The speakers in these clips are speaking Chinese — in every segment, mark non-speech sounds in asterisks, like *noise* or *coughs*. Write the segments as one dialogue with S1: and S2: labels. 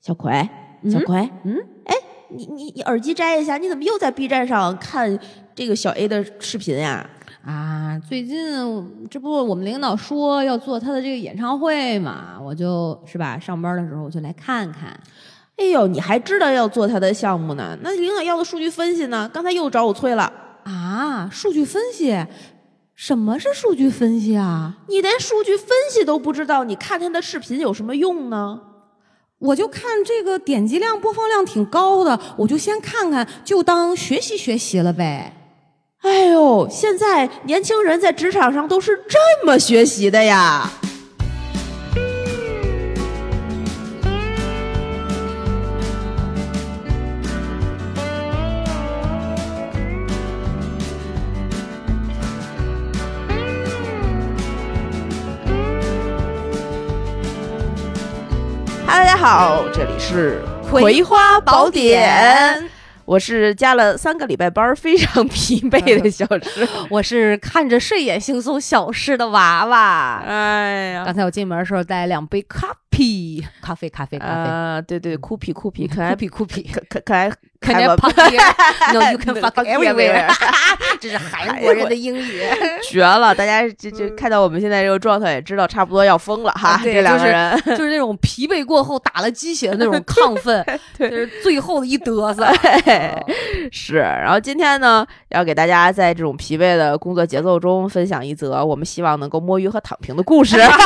S1: 小葵，小葵，嗯，哎、你你你耳机摘一下，你怎么又在 B 站上看这个小 A 的视频呀、
S2: 啊，最近这不我们领导说要做他的这个演唱会嘛，我就是吧，上班的时候我就来看看。
S1: 哎呦，你还知道要做他的项目呢？那领导要的数据分析呢？刚才又找我催了，
S2: 啊，数据分析，什么是数据分析啊？
S1: 你连数据分析都不知道，你看他的视频有什么用呢？
S2: 我就看这个点击量、播放量挺高的，我就先看看，就当学习学习了呗。
S1: 哎呦，现在年轻人在职场上都是这么学习的呀！哈喽，大家好，这里是《葵花宝典》。我是加了三个礼拜班儿，非常疲惫
S3: *laughs*
S1: 的小石。
S3: 我是看着睡眼惺忪小事的娃娃。
S1: 哎呀，
S3: 刚才我进门的时候带了两杯咖啡，咖啡，咖啡，咖啡。
S1: 啊，对对，酷皮酷皮，
S2: 呃
S3: *laughs*
S1: 可爱
S3: 酷比酷比
S1: 可可可爱，
S3: Can
S1: 爱
S3: I
S1: 我 *laughs*
S3: fuck *laughs* here？No, you can fuck
S1: Fuck
S3: *laughs* everywhere。这是韩国人的英语。
S1: *laughs* 绝了！大家这这看到我们现在这个状态，也知道差不多要疯了哈。
S3: 嗯啊对
S1: 这两个人，
S3: *laughs*
S1: *laughs*
S3: 就是那种疲惫过后打了鸡血的那种亢奋，就是最后的一嘚瑟。 *laughs* 嗯
S1: 是。然后今天呢，要给大家在这种疲惫的工作节奏中，分享一则我们希望能够摸鱼和躺平的故
S3: *laughs*
S1: 事。
S3: 啊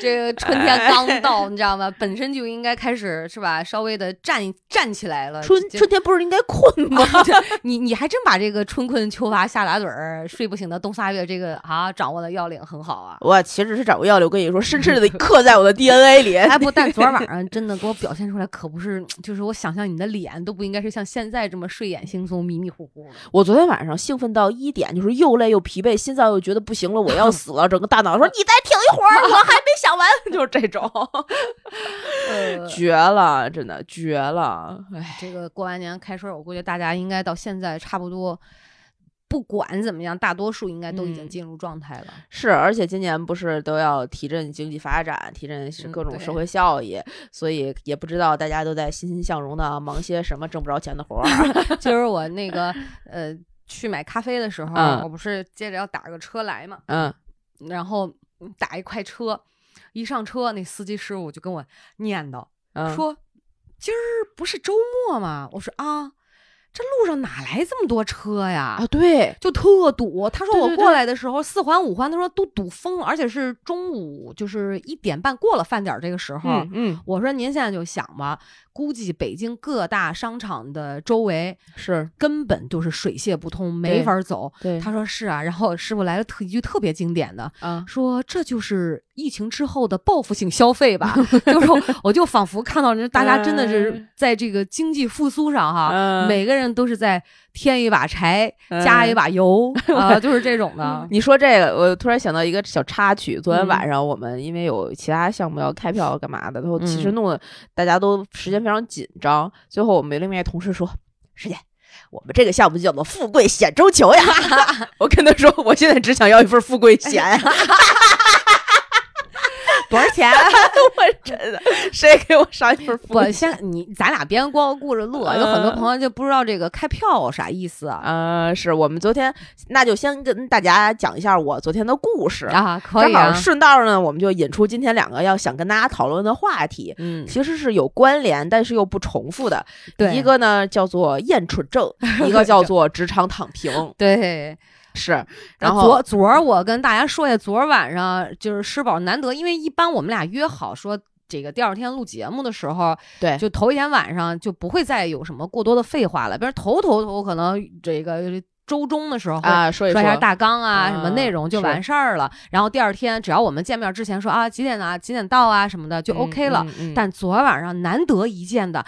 S3: 这个春天 *laughs* 刚到，你知道吗？本身就应该开始是吧？稍微的站站起来了。
S1: 春
S3: 就
S1: 春天不是应该困吗？ *laughs*
S3: 啊 *laughs* 对你你还真把这个春困秋乏夏打盹儿睡不醒的冬仨月这个啊掌握的要领很好啊。
S1: 我其实是掌握要领，我跟你说，深深的刻在我的 DNA 里。
S3: 哎不，但昨儿晚上真的给我表现出来，可不是，就是我想象你的脸都不应该是像现在这么睡眼惺忪、迷迷糊糊的。
S1: 我昨天晚上兴奋到一点，就是又累又疲惫，心脏又觉得不行了，我
S3: *laughs*
S1: 要死了，整个大脑说你再挺一会儿，我还没想完， *laughs* 就是这种，
S3: 呃，
S1: 绝了，真的绝了，哎，
S3: 这个过完年开春儿，我估计大家应该到现在差不多，不管怎么样，大多数应该都已
S1: 嗯
S3: 经进入状态了。
S1: 是，而且今年不是都要提振经济发展，提振是
S3: 嗯
S1: 各种社
S3: 对
S1: 会效益，所以也不知道大家都在欣欣向荣的忙些什么挣不着钱的活
S3: *laughs*
S1: 儿，
S3: 今儿我那个呃去买咖啡的时候，
S1: 嗯
S3: 我不是接着要打个车来嘛，
S1: 嗯，
S3: 然后打一快车，一上车那司机师傅就跟我念叨。
S1: 嗯
S3: 说今儿不是周末吗？我说啊，这路上哪来这么多车呀
S1: 啊，？对，
S3: 就特堵。他说
S1: 对
S3: 我
S1: 对
S3: 过来的时候四环五环，他说都堵疯了，而且是中午就是一点半过了饭点儿这个时候。
S1: 嗯嗯，
S3: 我说您现在就想吧，估计北京各大商场的周围
S1: 是
S3: 根本就是水泄不通，
S1: 对
S3: 没法儿走。
S1: 对，
S3: 他说是啊，然后师傅来了特一句特别经典的，
S1: 啊，
S3: 说这就是疫情之后的报复性消费吧， *laughs* 就是我我就仿佛看到人大家真的是在这个经济复苏上哈，
S1: 哎嗯
S3: 每个人都是在添一把柴、加一把油啊、就是这种的。
S1: 你说这个，我突然想到一个小插曲。昨天
S3: 嗯
S1: 晚上我们因为有其他项目要开票干嘛的，然后其实
S3: 嗯
S1: 弄得大家都时间非常紧张。最后我们另外一同事说：“师姐，我们这个项目就叫做‘富贵险中求’
S3: *laughs*
S1: 呀。”我跟他说：“我现在只想要一份富贵险。
S3: *laughs* 多少钱？啊
S1: *laughs* 我真的，谁给我上一份富
S3: 我
S1: 贵险？
S3: 先你咱俩边光顾着乐，有
S1: 嗯
S3: 很多朋友就不知道这个开票啥意思啊
S1: 啊、是我们昨天，那就先跟大家讲一下我昨天的故事。
S3: 啊，可
S1: 正
S3: 以
S1: 好
S3: 啊，
S1: 顺道呢，我们就引出今天两个要想跟大家讨论的话题。
S3: 嗯，
S1: 其实是有关联，但是又不重复的。
S3: 对，
S1: 一个呢叫做厌蠢症，一个叫做职场躺
S3: *laughs*
S1: 平。
S3: 对。
S1: 是，
S3: 然
S1: 然
S3: 后
S1: 后
S3: 昨昨儿我跟大家说一下，昨儿晚上就是施宝难得，因为一般我们俩约好说。这个第二天录节目的时候，
S1: 对
S3: 就头一天晚上就不会再有什么过多的废话了。比如头头头可能这个周中的时候会
S1: 啊，说一
S3: 说
S1: 说
S3: 一下大纲啊，
S1: 嗯
S3: 什么内容就是完事儿了。然后第二天只要我们见面之前说啊几点啊几点到啊什么的就 OK 了。。
S1: 嗯嗯嗯
S3: 但昨儿晚上难得一见的。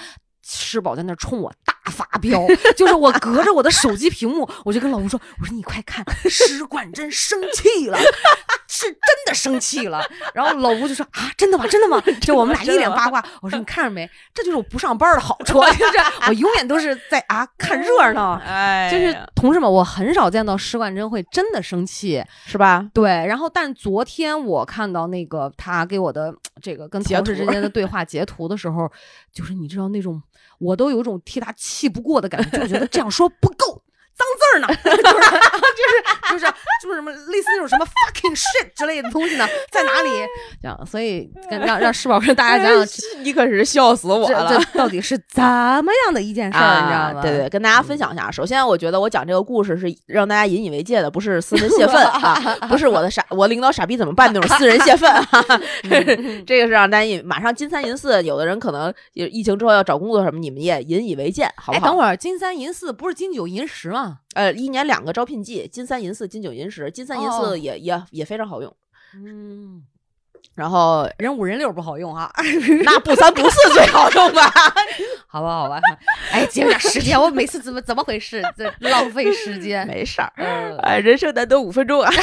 S3: 施宝在那儿冲我大发飙，就是我隔着我的手机屏幕，我就跟老吴说：“我说你快看，施冠真生气了， *laughs* 是真的生气了。然后老吴就说啊，真的吗？真的吗？就我们俩
S1: 真
S3: 一
S1: 的
S3: 脸
S1: 吗
S3: 八卦。我说你看着没，这就是我不上班的好处，就是 *laughs* 我永远都是在啊看热闹。
S1: 哎
S3: 就是同志们，我很少见到石冠真会真的生气。
S1: 是吧？
S3: 对，然后但昨天我看到那个他给我的这个跟
S1: 截
S3: 同事
S1: 图
S3: 之间的对话截图的时候，就是你知道那种我都有一种替他气不过的感觉，就觉得这样说不够。脏字儿呢， *laughs* 就是就是就是就是什么类似那种什么 fucking shit 之类的东西呢，在哪里？这样，所以跟让让世宝跟大家讲讲这
S1: 你可是笑死我了。啊
S3: 这这到底是怎么样的一件事儿，你知道吗？嗯
S1: 对对，跟大家分享一下。首先，我觉得我讲这个故事是让大家引以为戒的，不是私人泄
S3: *laughs*
S1: 愤啊，不是我的傻，我领导傻逼怎么办那种私人泄愤啊。
S3: *laughs*
S1: *laughs* 这个是让大家引马上金三银四，有的人可能也疫情之后要找工作什么，你们也引以为戒，好
S3: 哎，
S1: 不
S3: 等
S1: 好？
S3: 会儿金三银四不是金九银十吗？
S1: 呃，一年两个招聘季，金三银四，金九银十，金三银
S3: 哦
S1: 四也也也非常好用。
S3: 嗯，
S1: 然后
S3: 人五人六不好
S1: *laughs*
S3: 用啊。
S1: 那不三不四最好用
S3: *laughs*
S1: 吧？
S3: 好吧，好吧，哎，节约点时间，我每次怎么怎么回事？ *laughs* 这浪费时间。
S1: 没事儿，
S3: 嗯
S1: 哎，人生难得五分钟啊。
S3: *laughs*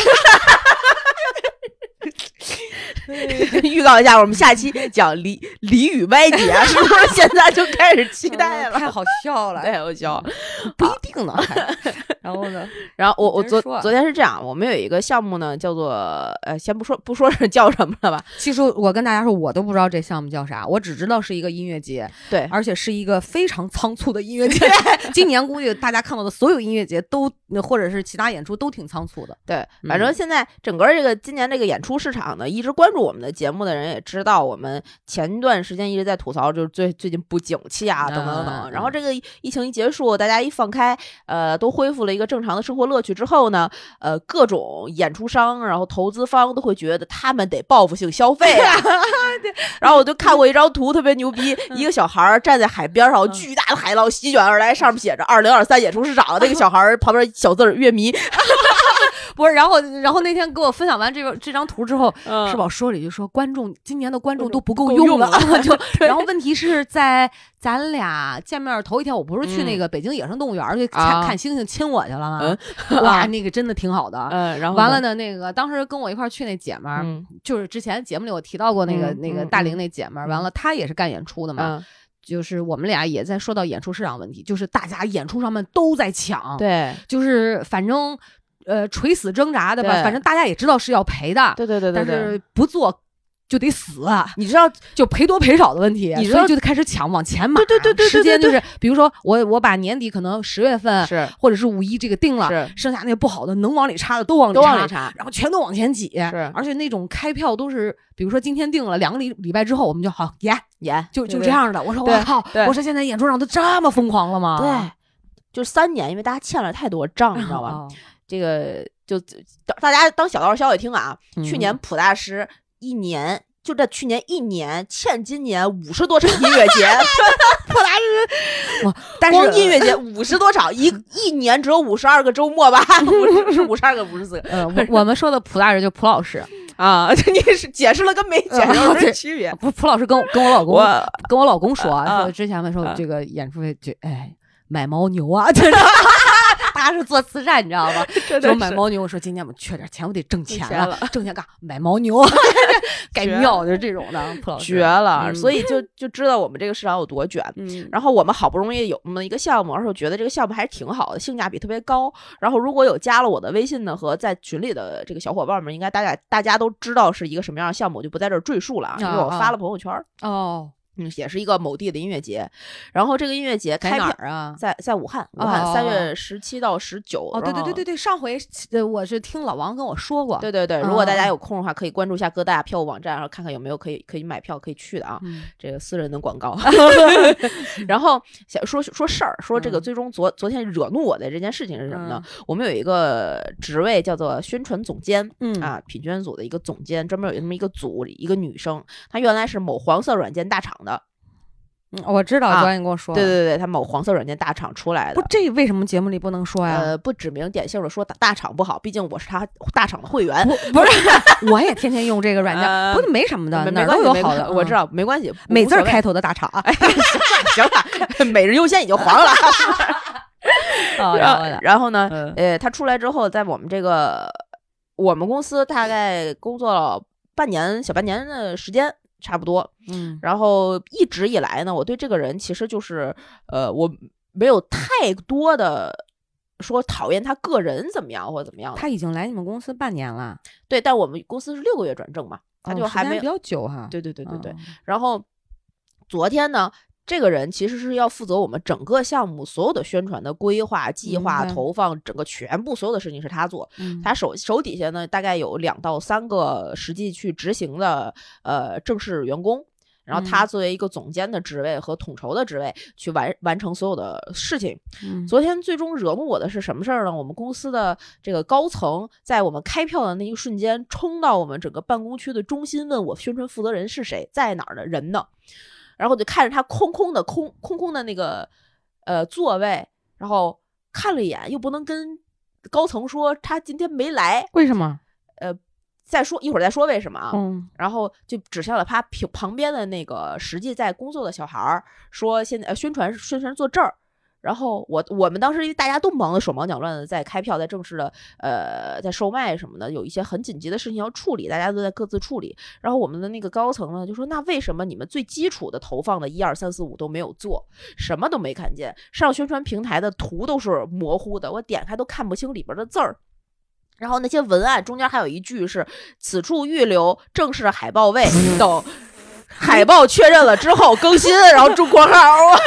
S1: *laughs* 预告一下，我们下期讲李李宇歪姐，是不是现在就开始期待了？
S3: 太好笑嗯了，
S1: 太好笑了。
S3: 不一定呢。还然后呢？
S1: 然后我我
S3: 你接
S1: 昨
S3: 着说啊
S1: 昨天是这样，我们有一个项目呢，叫做呃，先不说不说是叫什么了吧？
S3: 其实我跟大家说，我都不知道这项目叫啥，我只知道是一个音乐节，
S1: 对，
S3: 而且是一个非常仓促的音乐 *laughs* 节。今年估计大家看到的所有音乐节都，或者是其他演出都挺仓促的。
S1: 对，
S3: 嗯
S1: 反正现在整个这个今年这个演出市场呢，一直关注我们的节目的人也知道，我们前段时间一直在吐槽，就是最最近不景气啊，等等等
S3: 嗯嗯
S1: 等。
S3: 嗯
S1: 然后这个疫情一结束，大家一放开，呃，都恢复了一个正常的生活乐趣之后呢，呃，各种演出商，然后投资方都会觉得他们得报复性消费
S3: *laughs*
S1: 啊。然后我就看过一张图，特别牛逼，
S3: 嗯
S1: 一个小孩儿站在海边上，巨大的海浪席卷而来，上面写着“二零二三演出市
S3: *laughs*
S1: 场”，那个小孩儿旁边小字儿“乐迷
S3: 不是，然后然后那天给我分享完这个这张图之后，”，
S1: 是
S3: 是？宝说了一句说观众今年的观众
S1: 观众
S3: 都不够
S1: 嗯不够
S3: 用
S1: 用
S3: 了， *laughs* 就然后问题是在咱俩见面头一天，我不是去那个北京野生动物园去
S1: 嗯
S3: 看
S1: 啊
S3: 看猩猩亲我去了吗
S1: 嗯？ *laughs*
S3: 哇，那个真的挺好的。
S1: 嗯，然后
S3: 完
S1: 呢
S3: 了呢，那个当时跟我一块儿去那姐们儿，
S1: 嗯
S3: 就是之前节目里我提到过那个
S1: 嗯
S3: 那个
S1: 嗯
S3: 大龄那姐们儿，完了她也是干演出的嘛，
S1: 嗯，
S3: 就是我们俩也在说到演出市场问题，就是大家演出上面都在抢，
S1: 对，
S3: 就是反正呃垂死挣扎的吧，
S1: 对
S3: 反正大家也知道是要赔的，
S1: 对对对对
S3: 但
S1: 对。
S3: 是不做就得死、啊
S1: 你知道，
S3: 就赔多赔少的问题，
S1: 你知
S3: 所
S1: 道
S3: 以就得开始抢，往前买。
S1: 对对对对
S3: 时间
S1: 对
S3: 就是，比如说我我把年底可能十月份
S1: 是
S3: 或嗯者是五一这个定了，
S1: 是
S3: 剩下那些不好的能往里插的都往里
S1: 都往里
S3: 插
S1: 插，
S3: 然后全都往前挤。
S1: 是
S3: 而且那种开票都是，比如说今天定了，两个礼礼拜之后我们就好耶
S1: 演
S3: 就就这。样的。我说我
S1: 对
S3: 靠，
S1: 对
S3: 我说现在演出上都这么疯狂了吗？
S1: 对对，对就是三年，因为大家欠了太多账，你知道吧？
S3: 啊哦？
S1: 这个就大家当小道消息听啊。去
S3: 嗯
S1: 年普大师一年。就在去年一年欠今年五十多场音乐节，
S3: *laughs* 但是
S1: 光音乐节五十多场，一一年只有五十二个周末吧，不是五十二个，五十四个
S3: 呃，我我们说的普大人就普老师，
S1: 啊！ *laughs* 你是解释了跟没解释有什么区别？
S3: 不是普老师跟我跟嗯我老公
S1: 我
S3: 跟我老公说，
S1: 啊
S3: 说之前们说
S1: 啊
S3: 这个演出费就哎买牦牛啊，就是 *laughs* 他是做慈善，你知道吗？
S1: 真的
S3: 说买
S1: 是
S3: 牦牛，我说今年我缺点钱，我得挣钱
S1: 钱
S3: 了，挣钱干买
S1: *laughs*
S3: 牦牛，改
S1: 绝
S3: 庙就是这种
S1: *laughs*
S3: 的，普老师
S1: 绝了，
S3: 嗯
S1: 所以就就知道我们这个市场有多卷。
S3: 嗯，
S1: 然后我们好不容易有那么一个项目，而且我觉得这个项目还是挺好的，性价比特别高。然后如果有加了我的微信的和在群里的这个小伙伴们，应该大家大家都知道是一个什么样的项目，我就不在这儿赘述了啊，因为我发了朋友圈儿，
S3: 哦，
S1: 嗯，也是一个某地的音乐节。然后这个音乐节
S3: 在
S1: 开
S3: 哪
S1: 票
S3: 儿啊？
S1: 在在武汉，武
S3: 哦
S1: 汉三月十七到十九。
S3: 哦，对对对对。对，上回呃我是听老王跟我说过，
S1: 对对对，如果大
S3: 哦
S1: 家有空的话，可以关注一下各大票务网站，然后看看有没有可以可以买票可以去的啊。
S3: 嗯，
S1: 这个私人的广
S3: *laughs*
S1: 告。然后想说说事儿，说这个
S3: 嗯
S1: 最终昨昨天惹怒我的这件事情是什么呢？我们有一个职位叫做宣传总监，
S3: 嗯
S1: 啊，品宣组的一个总监，专门有那么一个组，一个女生，她原来是某黄色软件大厂的，
S3: 嗯？我知道，
S1: 啊
S3: 昨天你跟我说，
S1: 对对，对，她某黄色软件大厂出来
S3: 不
S1: 的，。
S3: 这为什么节目里不能说呀？
S1: 呃，不指名点姓的说大大厂不好，毕竟我是她大厂的会员，
S3: 不不是， *laughs* 我也天天用这个软件，
S1: 呃
S3: 不没什么的，
S1: 没
S3: 哪
S1: 没
S3: 儿
S1: 关
S3: 都
S1: 系
S3: 有
S1: 没
S3: 好
S1: 关
S3: 的，
S1: 我知
S3: 嗯。
S1: 道没关系，
S3: 美
S1: 无
S3: 字
S1: 所
S3: 儿
S1: 谓
S3: 开头的大厂啊，
S1: 行了， *laughs* 每日优先已经
S3: *laughs*
S1: 黄了。
S3: 哦
S1: 然后然后呢， *laughs*
S3: 嗯
S1: 呃呃，他出来之后，在我们这个我们公司大概工作了半年小半年的时间，差不多。
S3: 嗯
S1: 然后一直以来呢，我对这个人其实就是呃，我没有太多的说讨厌他个人怎么样或者怎么样的。
S3: 他已经来你们公司半年了，
S1: 对，但我们公司是六个月转正嘛，他
S3: 哦
S1: 就
S3: 时
S1: 还
S3: 间
S1: 没有
S3: 比较久哈。
S1: 对对对对对。
S3: 嗯，
S1: 然后昨天呢，这个人其实是要负责我们整个项目所有的宣传的规划、计
S3: 明
S1: 划、
S3: 白
S1: 投放，整个全部所有的事情是他做。
S3: 嗯
S1: 他手手底下呢，大概有两到三个实际去执行的呃正式员工。然后他作为一个总监的职位和统筹的职位去完完成所有的事情。
S3: 嗯
S1: 昨天最终惹怒我的是什么事儿呢？我们公司的这个高层在我们开票的那一瞬间，冲到我们整个办公区的中心，问我宣传负责人是谁，在哪儿的人呢？然后我就看着他空空的空空空的那个呃座位，然后看了一眼，又不能跟高层说他今天没来，
S3: 为什么？
S1: 再说一会儿再说为什么啊？ *laughs*
S3: 嗯，
S1: 然后就指向了他旁旁边的那个实际在工作的小孩儿，说现在、呃、宣传宣传做这儿。然后我我们当时因为大家都忙得手忙脚乱的，在开票，在正式的呃在售卖什么的，有一些很紧急的事情要处理，大家都在各自处理。然后我们的那个高层呢就说：“那为什么你们最基础的投放的一二三四五都没有做，什么都没看见？上宣传平台的图都是模糊的，我点开都看不清里边的字儿。”然后那些文案中间还有一句是“此处预留正式海报
S3: *laughs*
S1: 位等海报确认了之后更新”，然后中括号啊，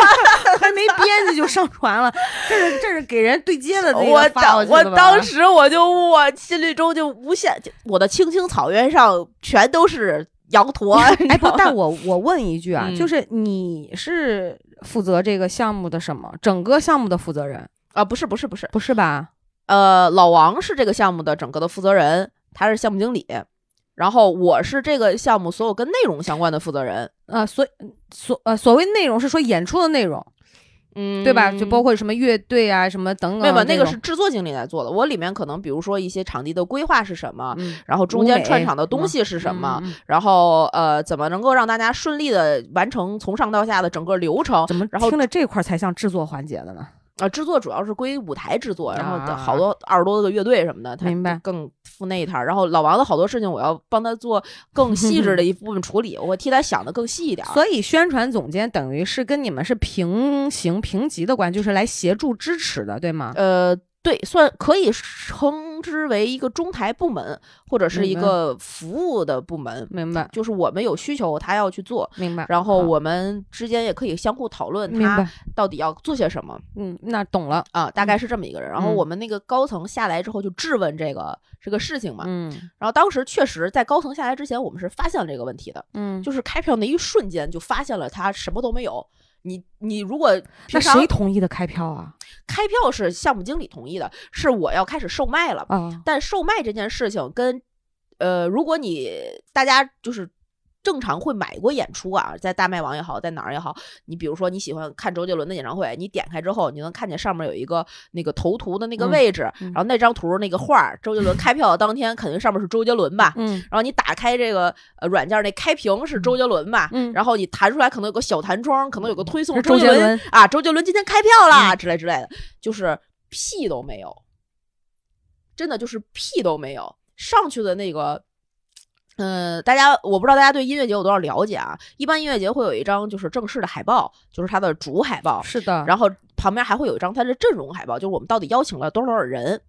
S3: 还没编辑就上传了，这是这是给人对接的那个
S1: 我
S3: 发
S1: 当
S3: 过去
S1: 我
S3: 的吧 *laughs*
S1: 当时我就我心里中就无限，就我的青青草原上全都是羊驼，
S3: 哎不，但我我问一句啊，
S1: 嗯
S3: 就是你是负责这个项目的什么？整个项目的负责人
S1: 啊不是不是不是，
S3: 不是吧？
S1: 呃，老王是这个项目的整个的负责人，他是项目经理。然后我是这个项目所有跟内容相关的负责人，
S3: 呃，所所呃所谓内容是说演出的内容，
S1: 嗯
S3: 对吧？就包括什么乐队啊，什么等等
S1: 没
S3: 这
S1: 有
S3: 种。
S1: 那个是制作经理来做的。我里面可能比如说一些场地的规划是什么，
S3: 嗯
S1: 然后中
S3: 舞
S1: 间
S3: 美
S1: 串场的
S3: 是
S1: 东
S3: 吗
S1: 西是什么，
S3: 嗯嗯嗯
S1: 然后呃怎么能够让大家顺利的完成从上到下的整个流程
S3: 怎么
S1: 然后
S3: 听着这块儿才像制作环节的呢？
S1: 啊、制作主要是归舞台制作，然后
S3: 啊
S1: 好多二十多个乐队什么的，他
S3: 明白
S1: 更负那一摊儿。然后老王的好多事情，我要帮他做更细
S3: *laughs*
S1: 致的一部分处理，我会替他想的更细一点儿。
S3: 所以宣传总监等于是跟你们是平行平级的关系，就是来协助支持的，对吗？
S1: 呃，对，算可以称之为一个中台部门，或者是一
S3: 明白
S1: 个服务的部门。
S3: 明白，
S1: 就是我们有需求，他要去做，
S3: 明白。
S1: 然后
S3: 好
S1: 我们之间也可以相互讨论
S3: 啊明白
S1: 他，到底要做些什么
S3: 嗯，那懂了，
S1: 啊，大概是这么一个人。然后
S3: 嗯
S1: 我们那个高层下来之后就质问这个这个事情嘛，
S3: 嗯
S1: 然后当时确实在高层下来之前，我们是发现了这个问题的，
S3: 嗯，
S1: 就是开票那一瞬间就发现了他什么都没有。你你如果
S3: 那
S1: 平常
S3: 谁同意的开票啊？
S1: 开票是项目经理同意的，是我要开始售卖了，
S3: *laughs* 啊，
S1: 但售卖这件事情跟，呃，如果你大家就是正常会买过演出啊，在大麦网也好，在哪儿也好，你比如说你喜欢看周杰伦的演唱会，你点开之后，你能看见上面有一个那个头图的那个
S3: 嗯
S1: 位置，
S3: 嗯
S1: 然后那张图那个画儿，周杰伦开票的当天肯定上面是周杰伦吧，
S3: 嗯
S1: 然后你打开这个呃软件儿那开屏是周杰伦吧，
S3: 嗯，
S1: 然后你弹出来可能有个小弹窗，可能有个推送
S3: 是周
S1: 杰
S3: 杰伦嗯
S1: 啊，周杰伦今天开票啦、之类之类的，就是屁都没有，真的就是屁都没有。上去的那个，呃，大家我不知道大家对音乐节有多少了解啊？一般音乐节会有一张就是正式的海报，就是它的主海报，
S3: 是的，
S1: 然后旁边还会有一张它的阵容海报，就是我们到底邀请了多少多少人。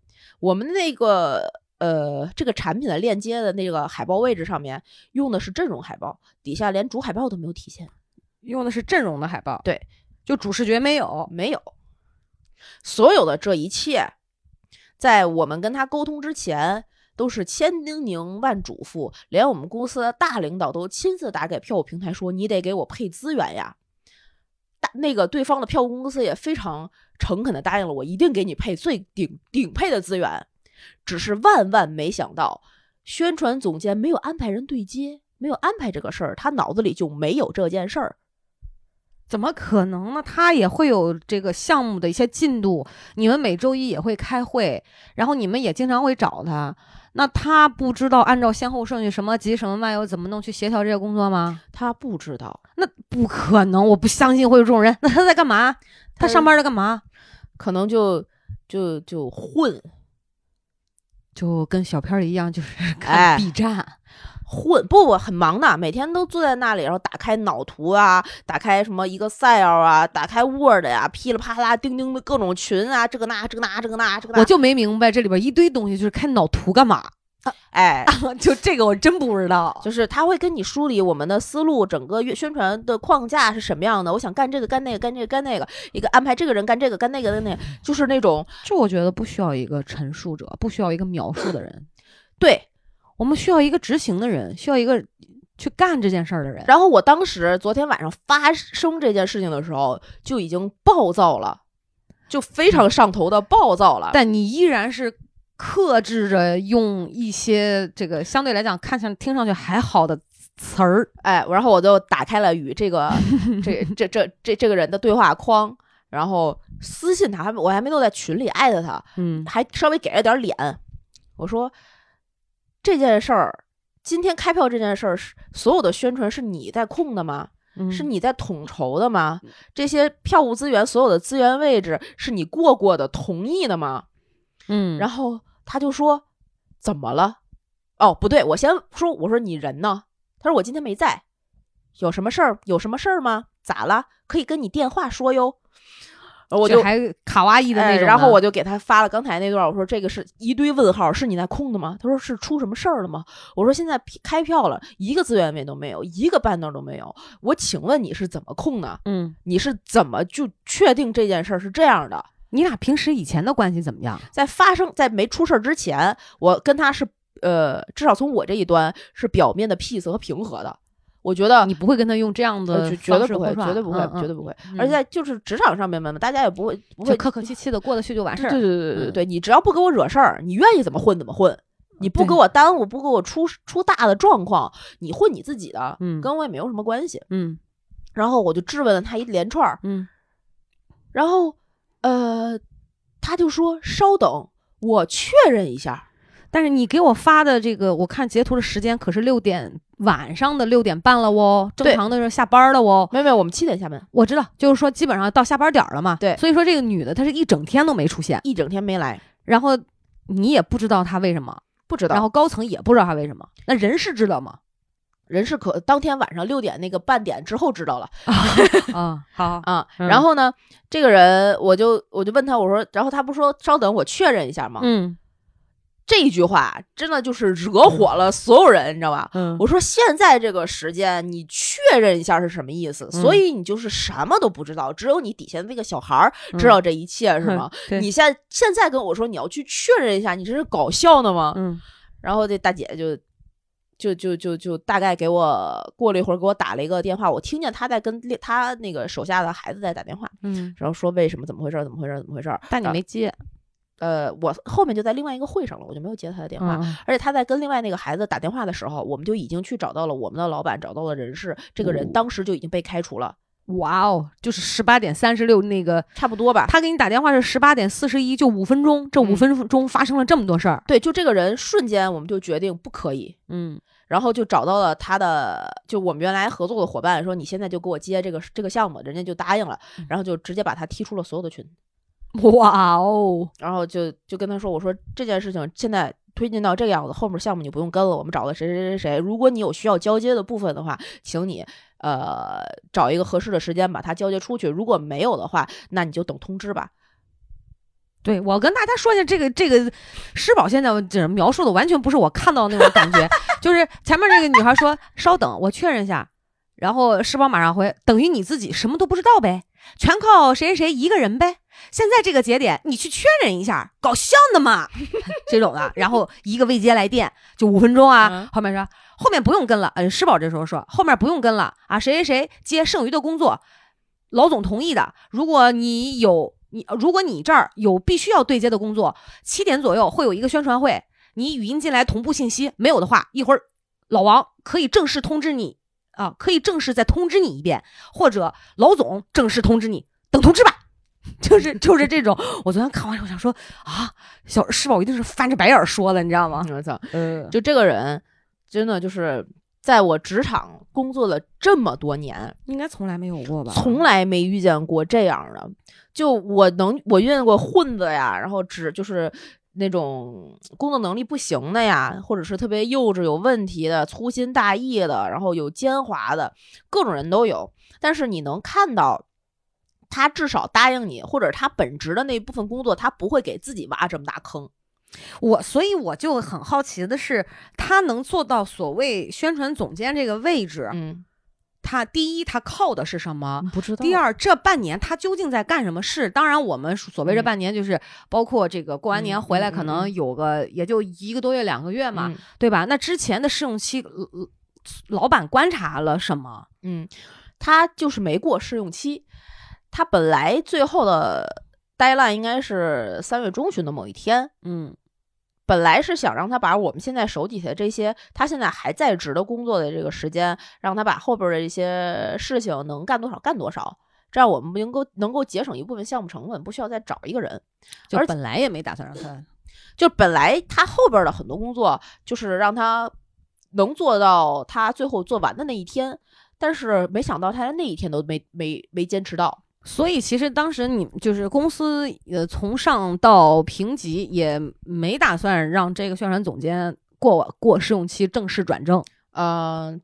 S1: 我们那个呃，这个产品的链接的那个海报位置上面用的是阵容海报，底下连主海报都没有体现，
S3: 用的是阵容的海报，
S1: 对，
S3: 就主视觉没有，
S1: 没有。所有的这一切，在我们跟他沟通之前，都是千叮咛万嘱咐，连我们公司的大领导都亲自打给票务平台说：“你得给我配资源呀。”大那个对方的票务公司也非常诚恳的答应了我，一定给你配最顶顶配的资源。只是万万没想到，宣传总监没有安排人对接，没有安排这个事儿，他脑子里就没有这件事儿。
S3: 怎么可能呢？他也会有这个项目的一些进度，你们每周一也会开会，然后你们也经常会找他。那他不知道按照先后顺序什么急什么慢又怎么弄去协调这个工作吗？
S1: 他不知道，
S3: 那不可能，我不相信会有这种人。那他在干嘛？他上班在干嘛？
S1: 可能就就就混，
S3: 就跟小片儿一样，就是 *laughs*
S1: 哎
S3: 看 B 站，
S1: 混不不很忙的，每天都坐在那里，然后打开脑图啊，打开什么 Excel 啊，打开 Word 呀、噼里啪啦、叮叮的各种群啊，这个那这个那这个那这个那，
S3: 我就没明白这里边一堆东西，就是看脑图干嘛？
S1: 哎，
S3: *laughs* 就这个我真不知道。
S1: 就是他会跟你梳理我们的思路，整个宣宣传的框架是什么样的。我想干这个，干那个，干这个，干那个，一个安排这个人干这个，干那个，干那个，就是那种
S3: 这我觉得不需要一个陈述者，不需要一个描述的人，
S1: 对。
S3: 我们需要一个执行的人，需要一个去干这件事儿的人。
S1: 然后我当时昨天晚上发生这件事情的时候，就已经暴躁了，就非常上头的暴躁了。
S3: 但你依然是克制着用一些这个相对来讲看上听上去还好的词儿，
S1: 哎，然后我就打开了与这个这这这这这个人的对话框，然后私信他，还我还没都在群里艾特他，
S3: 嗯，
S1: 还稍微给了点脸。我说这件事儿，今天开票这件事儿是所有的宣传是你在控的吗？
S3: 嗯
S1: 是你在统筹的吗？这些票务资源所有的资源位置是你过过的、同意的吗？
S3: 嗯，
S1: 然
S3: 后
S1: 后他就说怎么了？哦，不对，我先说，我说你人呢？他说我今天没在，有什么事儿？有什么事儿吗？咋了？可以跟你电话说哟。我就
S3: 还卡哇伊的那
S1: 哎
S3: 种的、
S1: 然后我就给他发了刚才那段，我说这个是一堆问号，是你在空的吗？他说是出什么事儿了吗？我说现在开票了，一个资源位都没有，一个半凳都没有。我请问你是怎么空的？
S3: 嗯，
S1: 你是怎么就确定这件事儿是这样的？
S3: 你俩平时以前的关系怎么样？
S1: 在发生在没出事儿之前，我跟他是呃，至少从我这一端是表面的 peace 和平和的。我觉得
S3: 你不会跟他用这样
S1: 呃
S3: 的
S1: 绝绝对
S3: 方式
S1: 不会，
S3: 互涮
S1: 绝对不会，
S3: 嗯嗯
S1: 绝对不会。
S3: 嗯
S1: 而且在就是职场上面嘛，大家也不会不
S3: 就
S1: 会
S3: 客客气气的过得去就完事
S1: 对
S3: 儿。
S1: 对对对
S3: 嗯
S1: 对，你只要不给我惹事儿，你愿意怎么混怎么混，你不
S3: 对
S1: 给我耽误，不给我出出大的状况，你混你自己的，
S3: 嗯
S1: 跟我也没有什么关系。
S3: 嗯
S1: 然后我就质问了他一连串儿，
S3: 嗯
S1: 然后呃，他就说稍等，我确认一下。
S3: 但是你给我发的这个，我看截图的时间可是六点晚上的六点半了哦，正
S1: 对
S3: 常的时候下班了哦。
S1: 没有没有，我们七点下班，
S3: 我知道，就是说基本上到下班点儿了嘛。
S1: 对
S3: 所以说这个女的她是一整天都没出现，
S1: 一整天没来，
S3: 然后你也不知道她为什么，
S1: 不知道。
S3: 然后高层也不知道她为什么。那人事知道吗？ *laughs*
S1: 人是可当天晚上六点那个半点之后知道了 *laughs*
S3: 啊，好，
S1: 啊。
S3: 嗯
S1: 然后呢，这个人我就我就问他，我说，然后他不说稍等，我确认一下吗？
S3: 嗯
S1: 这一句话真的就是惹火了所有人，你知道吧？
S3: 嗯
S1: 我说现在这个时间，你确认一下是什么意思？所以你就是什么都不知道，只有你底下那个小孩儿知道这一切，是吗？
S3: 嗯对
S1: 你现在现在跟我说你要去确认一下，你这是搞笑呢吗？
S3: 嗯
S1: 然后这大姐就就就就就大概给我过了一会儿，给我打了一个电话，我听见她在跟她那个手下的孩子在打电话，
S3: 嗯，
S1: 然后说为什么怎么回事儿，怎么回事儿，怎么回事儿。
S3: 但你没接
S1: 呃，我后面就在另外一个会上了，我就没有接她的电话。
S3: 嗯
S1: 而且她在跟另外那个孩子打电话的时候，我们就已经去找到了我们的老板，找到了人事，这个
S3: 哦
S1: 人当时就已经被开除了，
S3: 哇哦，就是十八点三十六那个，
S1: 差不多吧。
S3: 他给你打电话是十八点四十一，就五分钟，这五
S1: 嗯
S3: 分钟发生了这么多事儿。
S1: 对，就这个人瞬间我们就决定不可以，
S3: 嗯
S1: 然后就找到了他的，就我们原来合作的伙伴，说你现在就给我接这个这个项目，人家就答应了，然后就直接把他踢出了所有的群，
S3: 哇哦，
S1: 然后就就跟他说，我说这件事情现在推进到这个样子，后面项目你不用跟了，我们找了谁谁谁谁谁，如果你有需要交接的部分的话，请你呃找一个合适的时间把它交接出去，如果没有的话，那你就等通知吧。
S3: 对我跟大家说一下，这个这个施宝现在这描述的完全不是我看到的那种感觉，就是前面这个女孩说稍等，我确认一下，然后施宝马上回，等于你自己什么都不知道呗，全靠谁谁谁一个人呗。现在这个节点，你去确认一下，搞笑呢嘛 *laughs* 这种的，然后一个未接来电就五分钟啊，
S1: 嗯
S3: 后面说后面不用跟了，嗯、施宝这时候说后面不用跟了啊，谁谁谁接剩余的工作，老总同意的。如果你有你，如果你这儿有必须要对接的工作，七点左右会有一个宣传会，你语音进来同步信息，没有的话，一会儿老王可以正式通知你啊，可以正式再通知你一遍，或者老总正式通知你，等通知吧。 *laughs* 就是就是这种，我昨天看完以后想说啊，小施宝一定是翻着白眼儿说的，你知道吗？
S1: 我操，
S3: 嗯，
S1: 就这个人真的就是在我职场工作了这么多年，
S3: 应该从来没有过吧？
S1: 从来没遇见过这样的。就我能，我遇见过混子呀，然后只就是那种工作能力不行的呀，或者是特别幼稚有问题的、粗心大意的，然后有奸猾的，各种人都有。但是你能看到，他至少答应你，或者他本职的那一部分工作，他不会给自己挖这么大坑。
S3: 我所以我就很好奇的是，他能做到所谓宣传总监这个位置，
S1: 嗯，
S3: 他第一他靠的是什么？
S1: 不知道
S3: 第，二，这半年他究竟在干什么事？当然，我们所谓这半年就是包括这个过完年
S1: 嗯
S3: 回来，
S1: 嗯
S3: 可
S1: 嗯
S3: 能
S1: 嗯
S3: 有个也就一个多月、两个月嘛，
S1: 嗯
S3: 对吧？那之前的试用期，呃呃老板观察了什么？
S1: 嗯，他就是没过试用期，他本来最后的 deadline 应该是三月中旬的某一天。
S3: 嗯
S1: 本来是想让他把我们现在手底下这些他现在还在职的工作的这个时间，让他把后边的这些事情能干多少干多少，这样我们能够能够节省一部分项目成本，不需要再找一个人。
S2: 就
S1: 而且
S2: 本来也没打算让他，
S1: 就本来他后边的很多工作，就是让他能做到他最后做完的那一天，但是没想到他连那一天都没没没坚持到。
S3: 所以其实当时你就是公司呃从上到评级也没打算让这个宣传总监过过试用期正式转正。
S1: 嗯，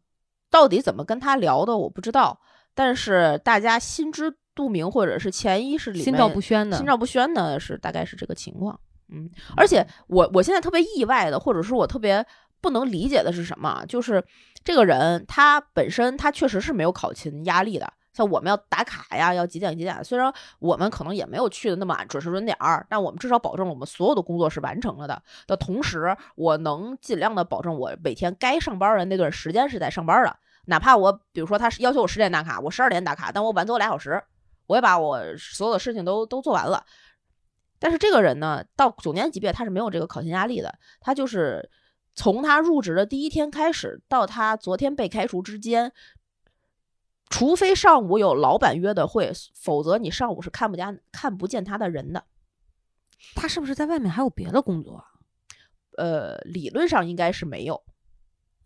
S1: 到底怎么跟他聊的我不知道，但是大家心知肚明，或者是潜意识里面
S3: 心照不宣的，
S1: 心照不宣的是大概是这个情况。嗯，而且我我现在特别意外的，或者说我特别不能理解的是什么啊？就是这个人他本身他确实是没有考勤压力的。像我们要打卡呀，要几点几点，虽然我们可能也没有去的那么准时准点儿，但我们至少保证了我们所有的工作是完成了的。的同时，我能尽量的保证我每天该上班的那段时间是在上班的，哪怕我比如说他是要求我十点打卡，我十二点打卡，但我晚走俩小时，我也把我所有的事情都都做完了。但是这个人呢，到总监级别他是没有这个考勤压力的，他就是从他入职的第一天开始到他昨天被开除之间，除非上午有老板约的会，否则你上午是看不见看不见他的人的。
S3: 他是不是在外面还有别的工作啊？
S1: 呃，理论上应该是没有，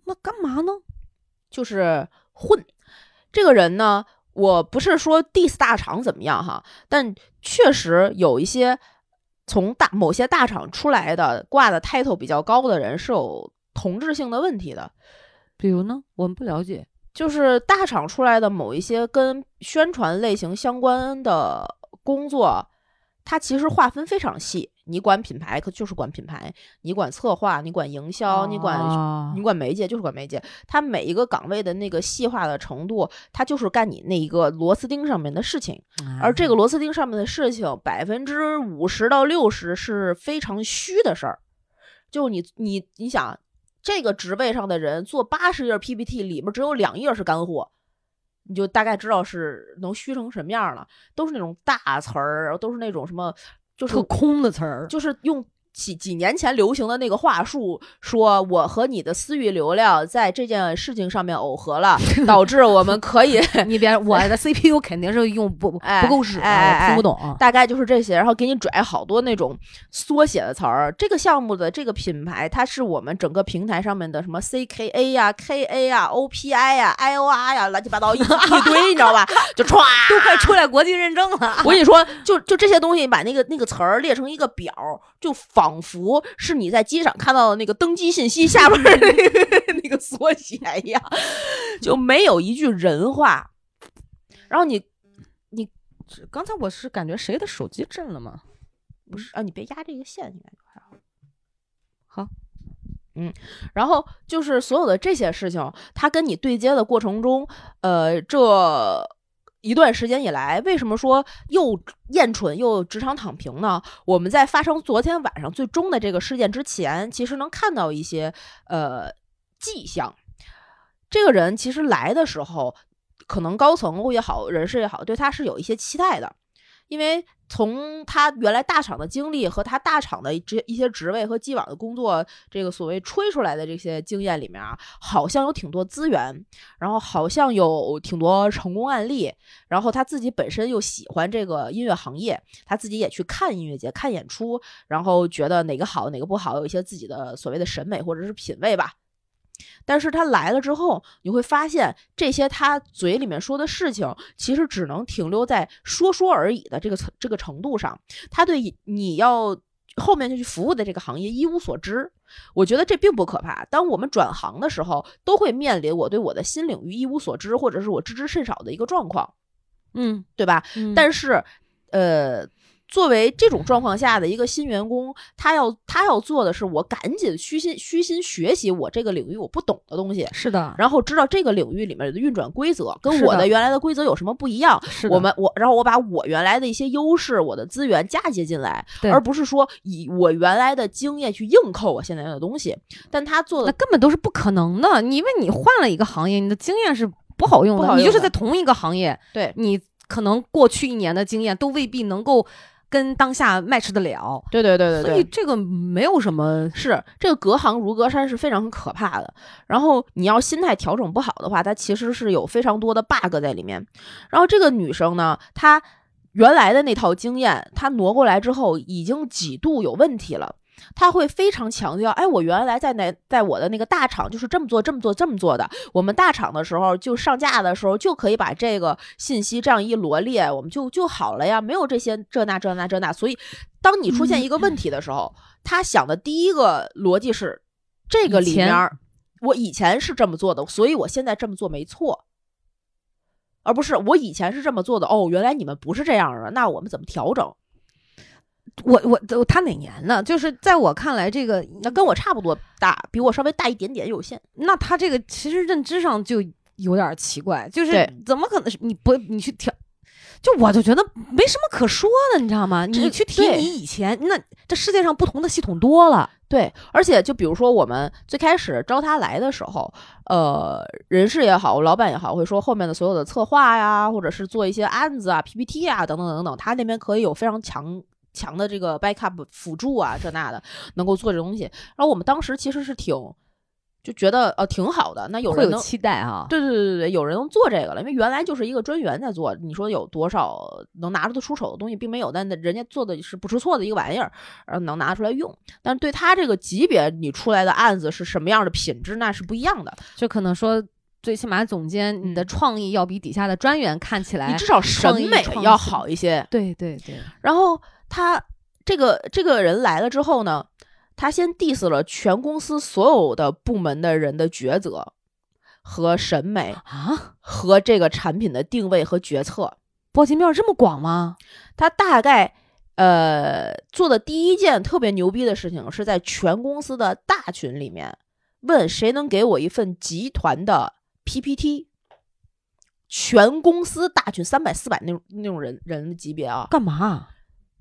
S3: 那干嘛呢？
S1: 就是混。这个人呢，我不是说 diss 大厂怎么样哈，但确实有一些从大某些大厂出来的挂的 title 比较高的人是有同质性的问题的。
S3: 比如呢？我们不了解。
S1: 就是大厂出来的某一些跟宣传类型相关的工作，它其实划分非常细。你管品牌，可就是管品牌；你管策划，你管营销，你管
S3: 啊
S1: 你管媒介就是管媒介，它每一个岗位的那个细化的程度，它就是干你那一个螺丝钉上面的事情，而这个螺丝钉上面的事情，百分之五十到六十是非常虚的事儿，就是你你你想，这个职位上的人做八十页 PPT，里面只有两页是干货。你就大概知道是能虚成什么样了，都是那种大词儿，然后都是那种什么，就是
S3: 特空的词儿，
S1: 就是用几几年前流行的那个话术，说我和你的私域流量在这件事情上面耦合了，导致我们可以
S3: 你 *laughs* 别，我的 CPU 肯定是用不
S1: 哎
S3: 不够使的，
S1: 哎哎
S3: 我听
S1: 哎
S3: 不懂。 *laughs*
S1: 大概就是这些，然后给你拽好多那种缩写的词儿。这个项目的这个品牌，它是我们整个平台上面的什么 CKA 呀、KA 呀、OPI 呀、IOR 呀，乱七八糟一一堆，你知道吧？就歘，
S3: 都快出来国际认证了，
S1: *laughs* 我跟你说，就就这些东西，把那个那个词儿列成一个表，就仿佛是你在机场看到的那个登机信息下边儿的那个 *laughs* 那个缩写一样，就没有一句人话。然后你
S3: 刚才我是感觉谁的手机震了吗？
S1: 不是啊，你别压这个线，应该就还好。
S3: 好，
S1: 嗯，然后就是所有的这些事情，它跟你对接的过程中，呃，这一段时间以来，为什么说又厌蠢又职场躺平呢？我们在发生昨天晚上最终的这个事件之前，其实能看到一些呃迹象。这个人其实来的时候，可能高层也好，人事也好，对他是有一些期待的，因为从他原来大厂的经历和他大厂的职一些职位和既往的工作，这个所谓吹出来的这些经验里面啊，好像有挺多资源，然后好像有挺多成功案例，然后他自己本身又喜欢这个音乐行业，他自己也去看音乐节、看演出，然后觉得哪个好哪个不好，有一些自己的所谓的审美或者是品味吧。但是他来了之后，你会发现这些他嘴里面说的事情，其实只能停留在说说而已的这个层这个程度上。他对你要后面就去服务的这个行业一无所知。我觉得这并不可怕。当我们转行的时候，都会面临我对我的新领域一无所知，或者是我知之甚少的一个状况，
S3: 嗯，
S1: 对吧？
S3: 是
S1: 但是，呃，作为这种状况下的一个新员工，他要他要做的是，我赶紧虚心虚心学习我这个领域我不懂的东西，
S3: 是的，
S1: 然后知道这个领域里面的运转规则跟
S3: 是
S1: 我
S3: 的
S1: 的原来的规则有什么不一样。
S3: 是的
S1: 我们我，然后我把我原来的一些优势、我的资源嫁接进来，
S3: 对
S1: 而不是说以我原来的经验去硬扣我现在的东西。但他做
S3: 那
S1: 的
S3: 根本都是不可能的。你因为你换了一个行业，你的经验是不好用的。
S1: 不好
S3: 你就
S1: 用
S3: 是
S1: 的
S3: 在同一个行业，
S1: 对
S3: 你可能过去一年的经验都未必能够跟当下 match 得了。
S1: 对对对
S3: 所以这个没有什么，
S1: 是这个隔行如隔山是非常可怕的。然后你要心态调整不好的话，它其实是有非常多的 bug 在里面。然后这个女生呢，她原来的那套经验，她挪过来之后已经几度有问题了。她会非常强调，哎，我原来在哪，在我的那个大厂就是这么做、这么做、这么做的。我们大厂的时候，就上架的时候就可以把这个信息这样一罗列，我们就就好了呀，没有这些这那这那这那。所以，当你出
S3: 嗯
S1: 现一个问题的时候，他想的第一个逻辑是，这个里
S3: 以前
S1: 面儿我以前是这么做的，所以我现在这么做没错，而不是我以前是这么做的。哦，原来你们不是这样的，那我们怎么调整？
S3: 我我他哪年呢？就是在我看来，这个
S1: 那跟我差不多大，比我稍微大一点点有限。
S3: 那他这个其实认知上就有点奇怪，就是
S1: 对
S3: 怎么可能是你不你去调？就我就觉得没什么可说的，你知道吗？
S1: 这
S3: 你去提
S1: 对
S3: 你以前，那这世界上不同的系统多了，
S1: 对，而且就比如说我们最开始招他来的时候，呃，人事也好，老板也好，会说后面的所有的策划呀，或者是做一些案子啊、PPT 啊等等等等，他那边可以有非常强。强的这个 backup 辅助啊，这那的能够做这东西。然后我们当时其实是挺就觉得呃挺好的，那有
S3: 会
S1: 人
S3: 有
S1: 能
S3: 期待啊。
S1: 对对对对对，有人能做这个了，因为原来就是一个专员在做，你说有多少能拿得出手的东西，并没有，但人家做的是不出错的一个玩意儿，然后能拿出来用。但是对他这个级别，你出来的案子是什么样的品质，那是不一样的。
S3: 就可能说，最起码总监你的
S1: 嗯
S3: 创意要比底下的专员看起
S1: 你
S3: 来
S1: 至，少审
S3: 创意
S1: 美
S3: 创
S1: 要
S3: 新
S1: 好一些。
S3: 对对对，
S1: 然后他这个这个人来了之后呢，他先 diss 了全公司所有的部门的人的抉择和审美
S3: 啊，
S1: 和这个产品的定位和决策。
S3: 波及面这么广吗？
S1: 他大概呃做的第一件特别牛逼的事情，是在全公司的大群里面问谁能给我一份集团的 PPT。全公司大群三百四百那种那种人人的级别啊，
S3: 干嘛？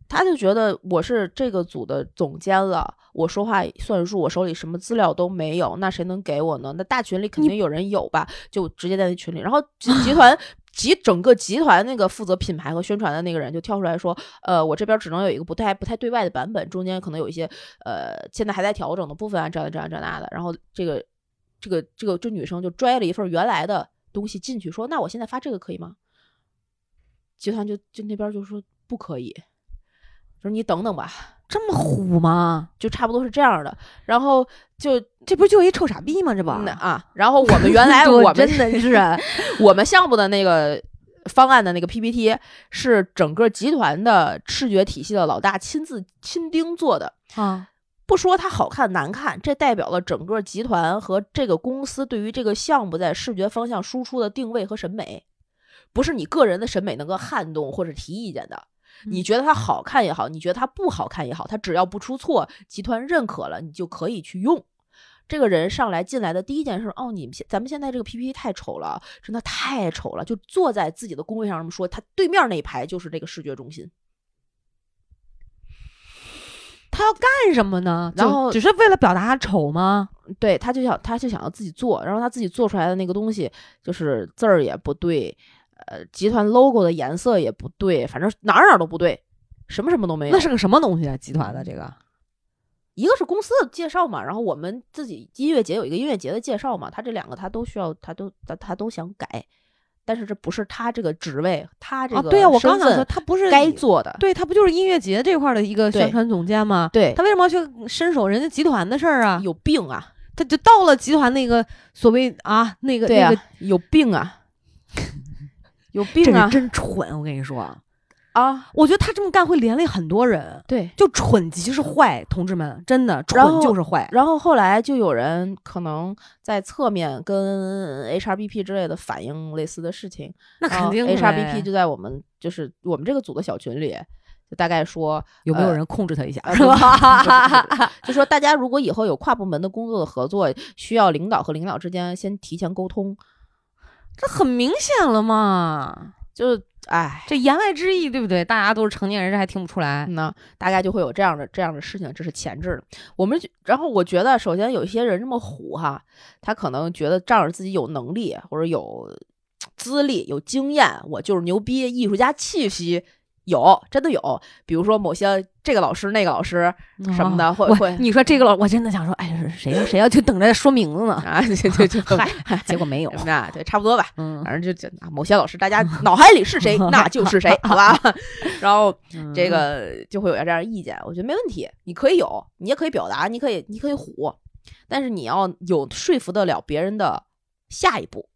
S1: 他就觉得我是这个组的总监了，我说话算数，我手里什么资料都没有，那谁能给我呢？那大群里肯定有人有吧，就直接在那群里。然后集集团集整个集团那个负责品牌和宣传的那个人就跳出来说，呃，我这边只能有一个不太不太对外的版本，中间可能有一些呃现在还在调整的部分啊，这样这样这样那的。然后这个这个这个这女生就拽了一份原来的东西进去，说那我现在发这个可以吗？集团就就那边就说不可以。说你等等吧，
S3: 这么虎吗？
S1: 就差不多是这样的。然后就
S3: 这不就一臭傻逼吗？这不，
S1: 嗯啊，然后我们原
S3: *laughs*
S1: 来
S3: 我
S1: 我们
S3: 真的是啊
S1: *laughs* 我们项目的那个方案的那个 PPT 是整个集团的视觉体系的老大亲自亲丁做的。
S3: 啊，
S1: 不说它好看难看，这代表了整个集团和这个公司对于这个项目在视觉方向输出的定位和审美，不是你个人的审美能够撼动或者提意见的。你
S3: 嗯
S1: 觉得它好看也好，你觉得它不好看也好，它只要不出错，集团认可了，你就可以去用。这个人上来进来的第一件事，哦，你们现咱们现在这个 PPT 太丑了，真的太丑了，就坐在自己的工位上这么说。他对面那一排就是这个视觉中心，
S3: 他要干什么呢？就
S1: 然后
S3: 只是为了表达他丑吗？
S1: 对，他就想，他就想要自己做，然后他自己做出来的那个东西，就是字儿也不对，呃，集团 logo 的颜色也不对，反正哪儿哪儿都不对，什么什么都没有。
S3: 那是个什么东西啊？集团的这个
S1: 一个是公司的介绍嘛，然后我们自己音乐节有一个音乐节的介绍嘛，他这两个他都需要，他都他他都想改，但是这不是他这个职位，他这
S3: 啊，
S1: 个
S3: 对啊，我刚
S1: 身
S3: 想
S1: 份
S3: 说他不是
S1: 该
S3: 你，
S1: 做的，
S3: 对他不就是音乐节这块儿的一个宣
S1: 对
S3: 传总监吗？
S1: 对
S3: 他为什么要去伸手人家集团的事儿啊？
S1: 有病啊，
S3: 他就到了集团那个所谓啊那个
S1: 对啊
S3: 那个， *laughs*
S1: 有病啊，有
S3: 这
S1: 病啊
S3: 人真蠢，我跟你说，
S1: 啊，
S3: 我觉得他这么干会连累很多人，
S1: 对。
S3: 就蠢就是坏，同志们，真的
S1: 然后
S3: 蠢就是坏。
S1: 然后后来就有人可能在侧面跟 HRBP 之类的反映类似的事情，
S3: 那
S1: 然
S3: 肯
S1: 后
S3: 定
S1: HRBP
S3: 就
S1: 就在我们就是我们这个组的小群里，就大概说
S3: 有没有
S1: 呃
S3: 人控制他一下，
S1: 呃
S3: 是
S1: 不是
S3: 吧？
S1: 不是不是就说大家如果以后有跨部门的工作的合作，需要领导和领导之间先提前沟通，
S3: *laughs* 这很明显了嘛，
S1: 就是哎。
S3: 这言外之意对不对？大家都是成年人，这还听不出来。
S1: 那大概就会有这样的这样的事情，这是前置的。我们就然后我觉得，首先有一些人这么虎哈，他可能觉得仗着自己有能力或者有资历、有经验，我就是牛逼，艺术家气息有，真的有。比如说某些这个老师、那个老师什么的，
S3: 哦
S1: 会
S3: 我
S1: 会
S3: 你说这个老，我真的想说，哎，谁呀谁要就等着说名字 *laughs* 呢？
S1: 啊， *laughs* 就就就
S3: 嗨，
S1: *laughs*
S3: 结果没有。
S1: 那对，差不多吧。
S3: 嗯，
S1: 反正就就某些老师，大家脑海里是谁，
S3: *laughs*
S1: 那就是谁，好吧？ *laughs* 然后
S3: 嗯
S1: 这个就会有这样的意见，我觉得没问题，你可以有，你也可以表达，你可以你可以唬，但是你要有说服得了别人的下一步，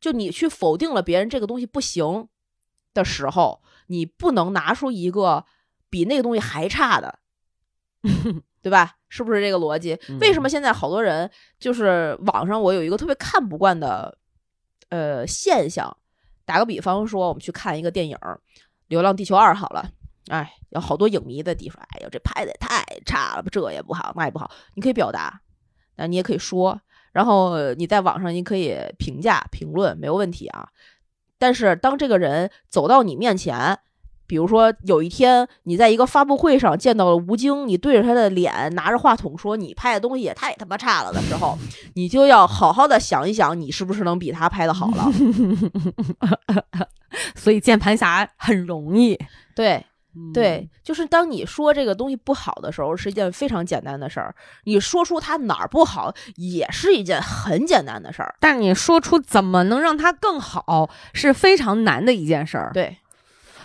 S1: 就你去否定了别人这个东西不行的时候，你不能拿出一个比那个东西还差的，对吧？是不是这个逻辑？为什么现在好多人就是网上我有一个特别看不惯的呃现象？打个比方说，我们去看一个电影儿《流浪地球二》好了，哎，有好多影迷在底说：“哎呦，这拍的也太差了吧，这也不好，那也不好。”你可以表达，那你也可以说，然后呃你在网上你可以评价、评论，没有问题啊。但是当这个人走到你面前，比如说有一天你在一个发布会上见到了吴京，你对着他的脸拿着话筒说你拍的东西也太他妈差了的时候，你就要好好的想一想，你是不是能比他拍的好 *laughs* 了？
S3: 所以键盘侠很容易。
S1: 对
S3: 嗯
S1: 对，就是当你说这个东西不好的时候，是一件非常简单的事儿；你说出他哪儿不好，也是一件很简单的事儿。
S3: 但你说出怎么能让它更好，是非常难的一件事儿。
S1: 对，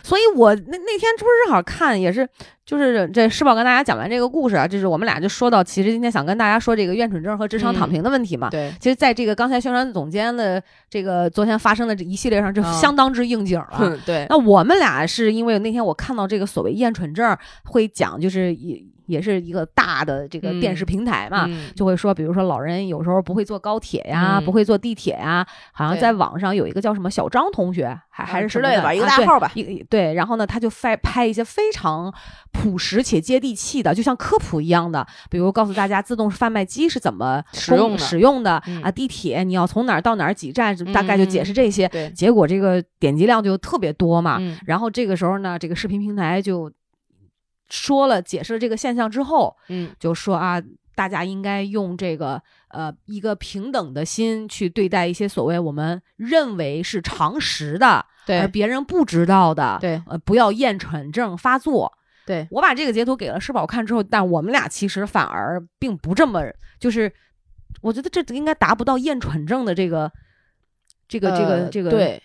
S3: 所以我那那天这不是正好看，也是就是这世宝跟大家讲完这个故事啊，就是我们俩就说到，其实今天想跟大家说这个怨蠢症和职场躺平的问题嘛。
S1: 对， *laughs*
S3: 其实，在这个刚才宣传总监的这个昨天发生的这一系列上，这
S1: 嗯
S3: 相当之应景了。
S1: 嗯，对，
S3: *laughs* 那我们俩是因为那天我看到这个所谓厌蠢症会讲，就是也也是一个大的这个
S1: 嗯
S3: 电视平台嘛，
S1: 嗯
S3: 就会说，比如说老人有时候不会坐高铁呀，
S1: 嗯
S3: 不会坐地铁呀，好像
S1: 对
S3: 在网上有一个叫什么小张同学，还还是
S1: 之
S3: 什么
S1: 类的吧，一个
S3: 啊
S1: 大
S3: 对
S1: 号吧。
S3: 一个对，然后呢，他就拍拍一些非常朴实且接地气的，就像科普一样的，比如告诉大家自动贩卖机是怎么
S1: 使
S3: 公
S1: 用的
S3: 使用的、
S1: 嗯
S3: 啊，地铁你要从哪儿到哪儿几站，大概就解释这些。
S1: 对，
S3: 结果这个点击量就特别多嘛，
S1: 嗯
S3: 然后这个时候呢，这个视频平台就说了解释了这个现象之后，
S1: 嗯，
S3: 就说啊，大家应该用这个呃一个平等的心去对待一些所谓我们认为是常识的，而
S1: 对，
S3: 别人不知道的，
S1: 对，
S3: 呃，不要厌蠢症发作。
S1: 对，
S3: 我把这个截图给了世宝看之后，但我们俩其实反而并不这么，就是我觉得这应该达不到厌蠢症的这个。这个这个
S1: 呃
S3: 这个
S1: 对，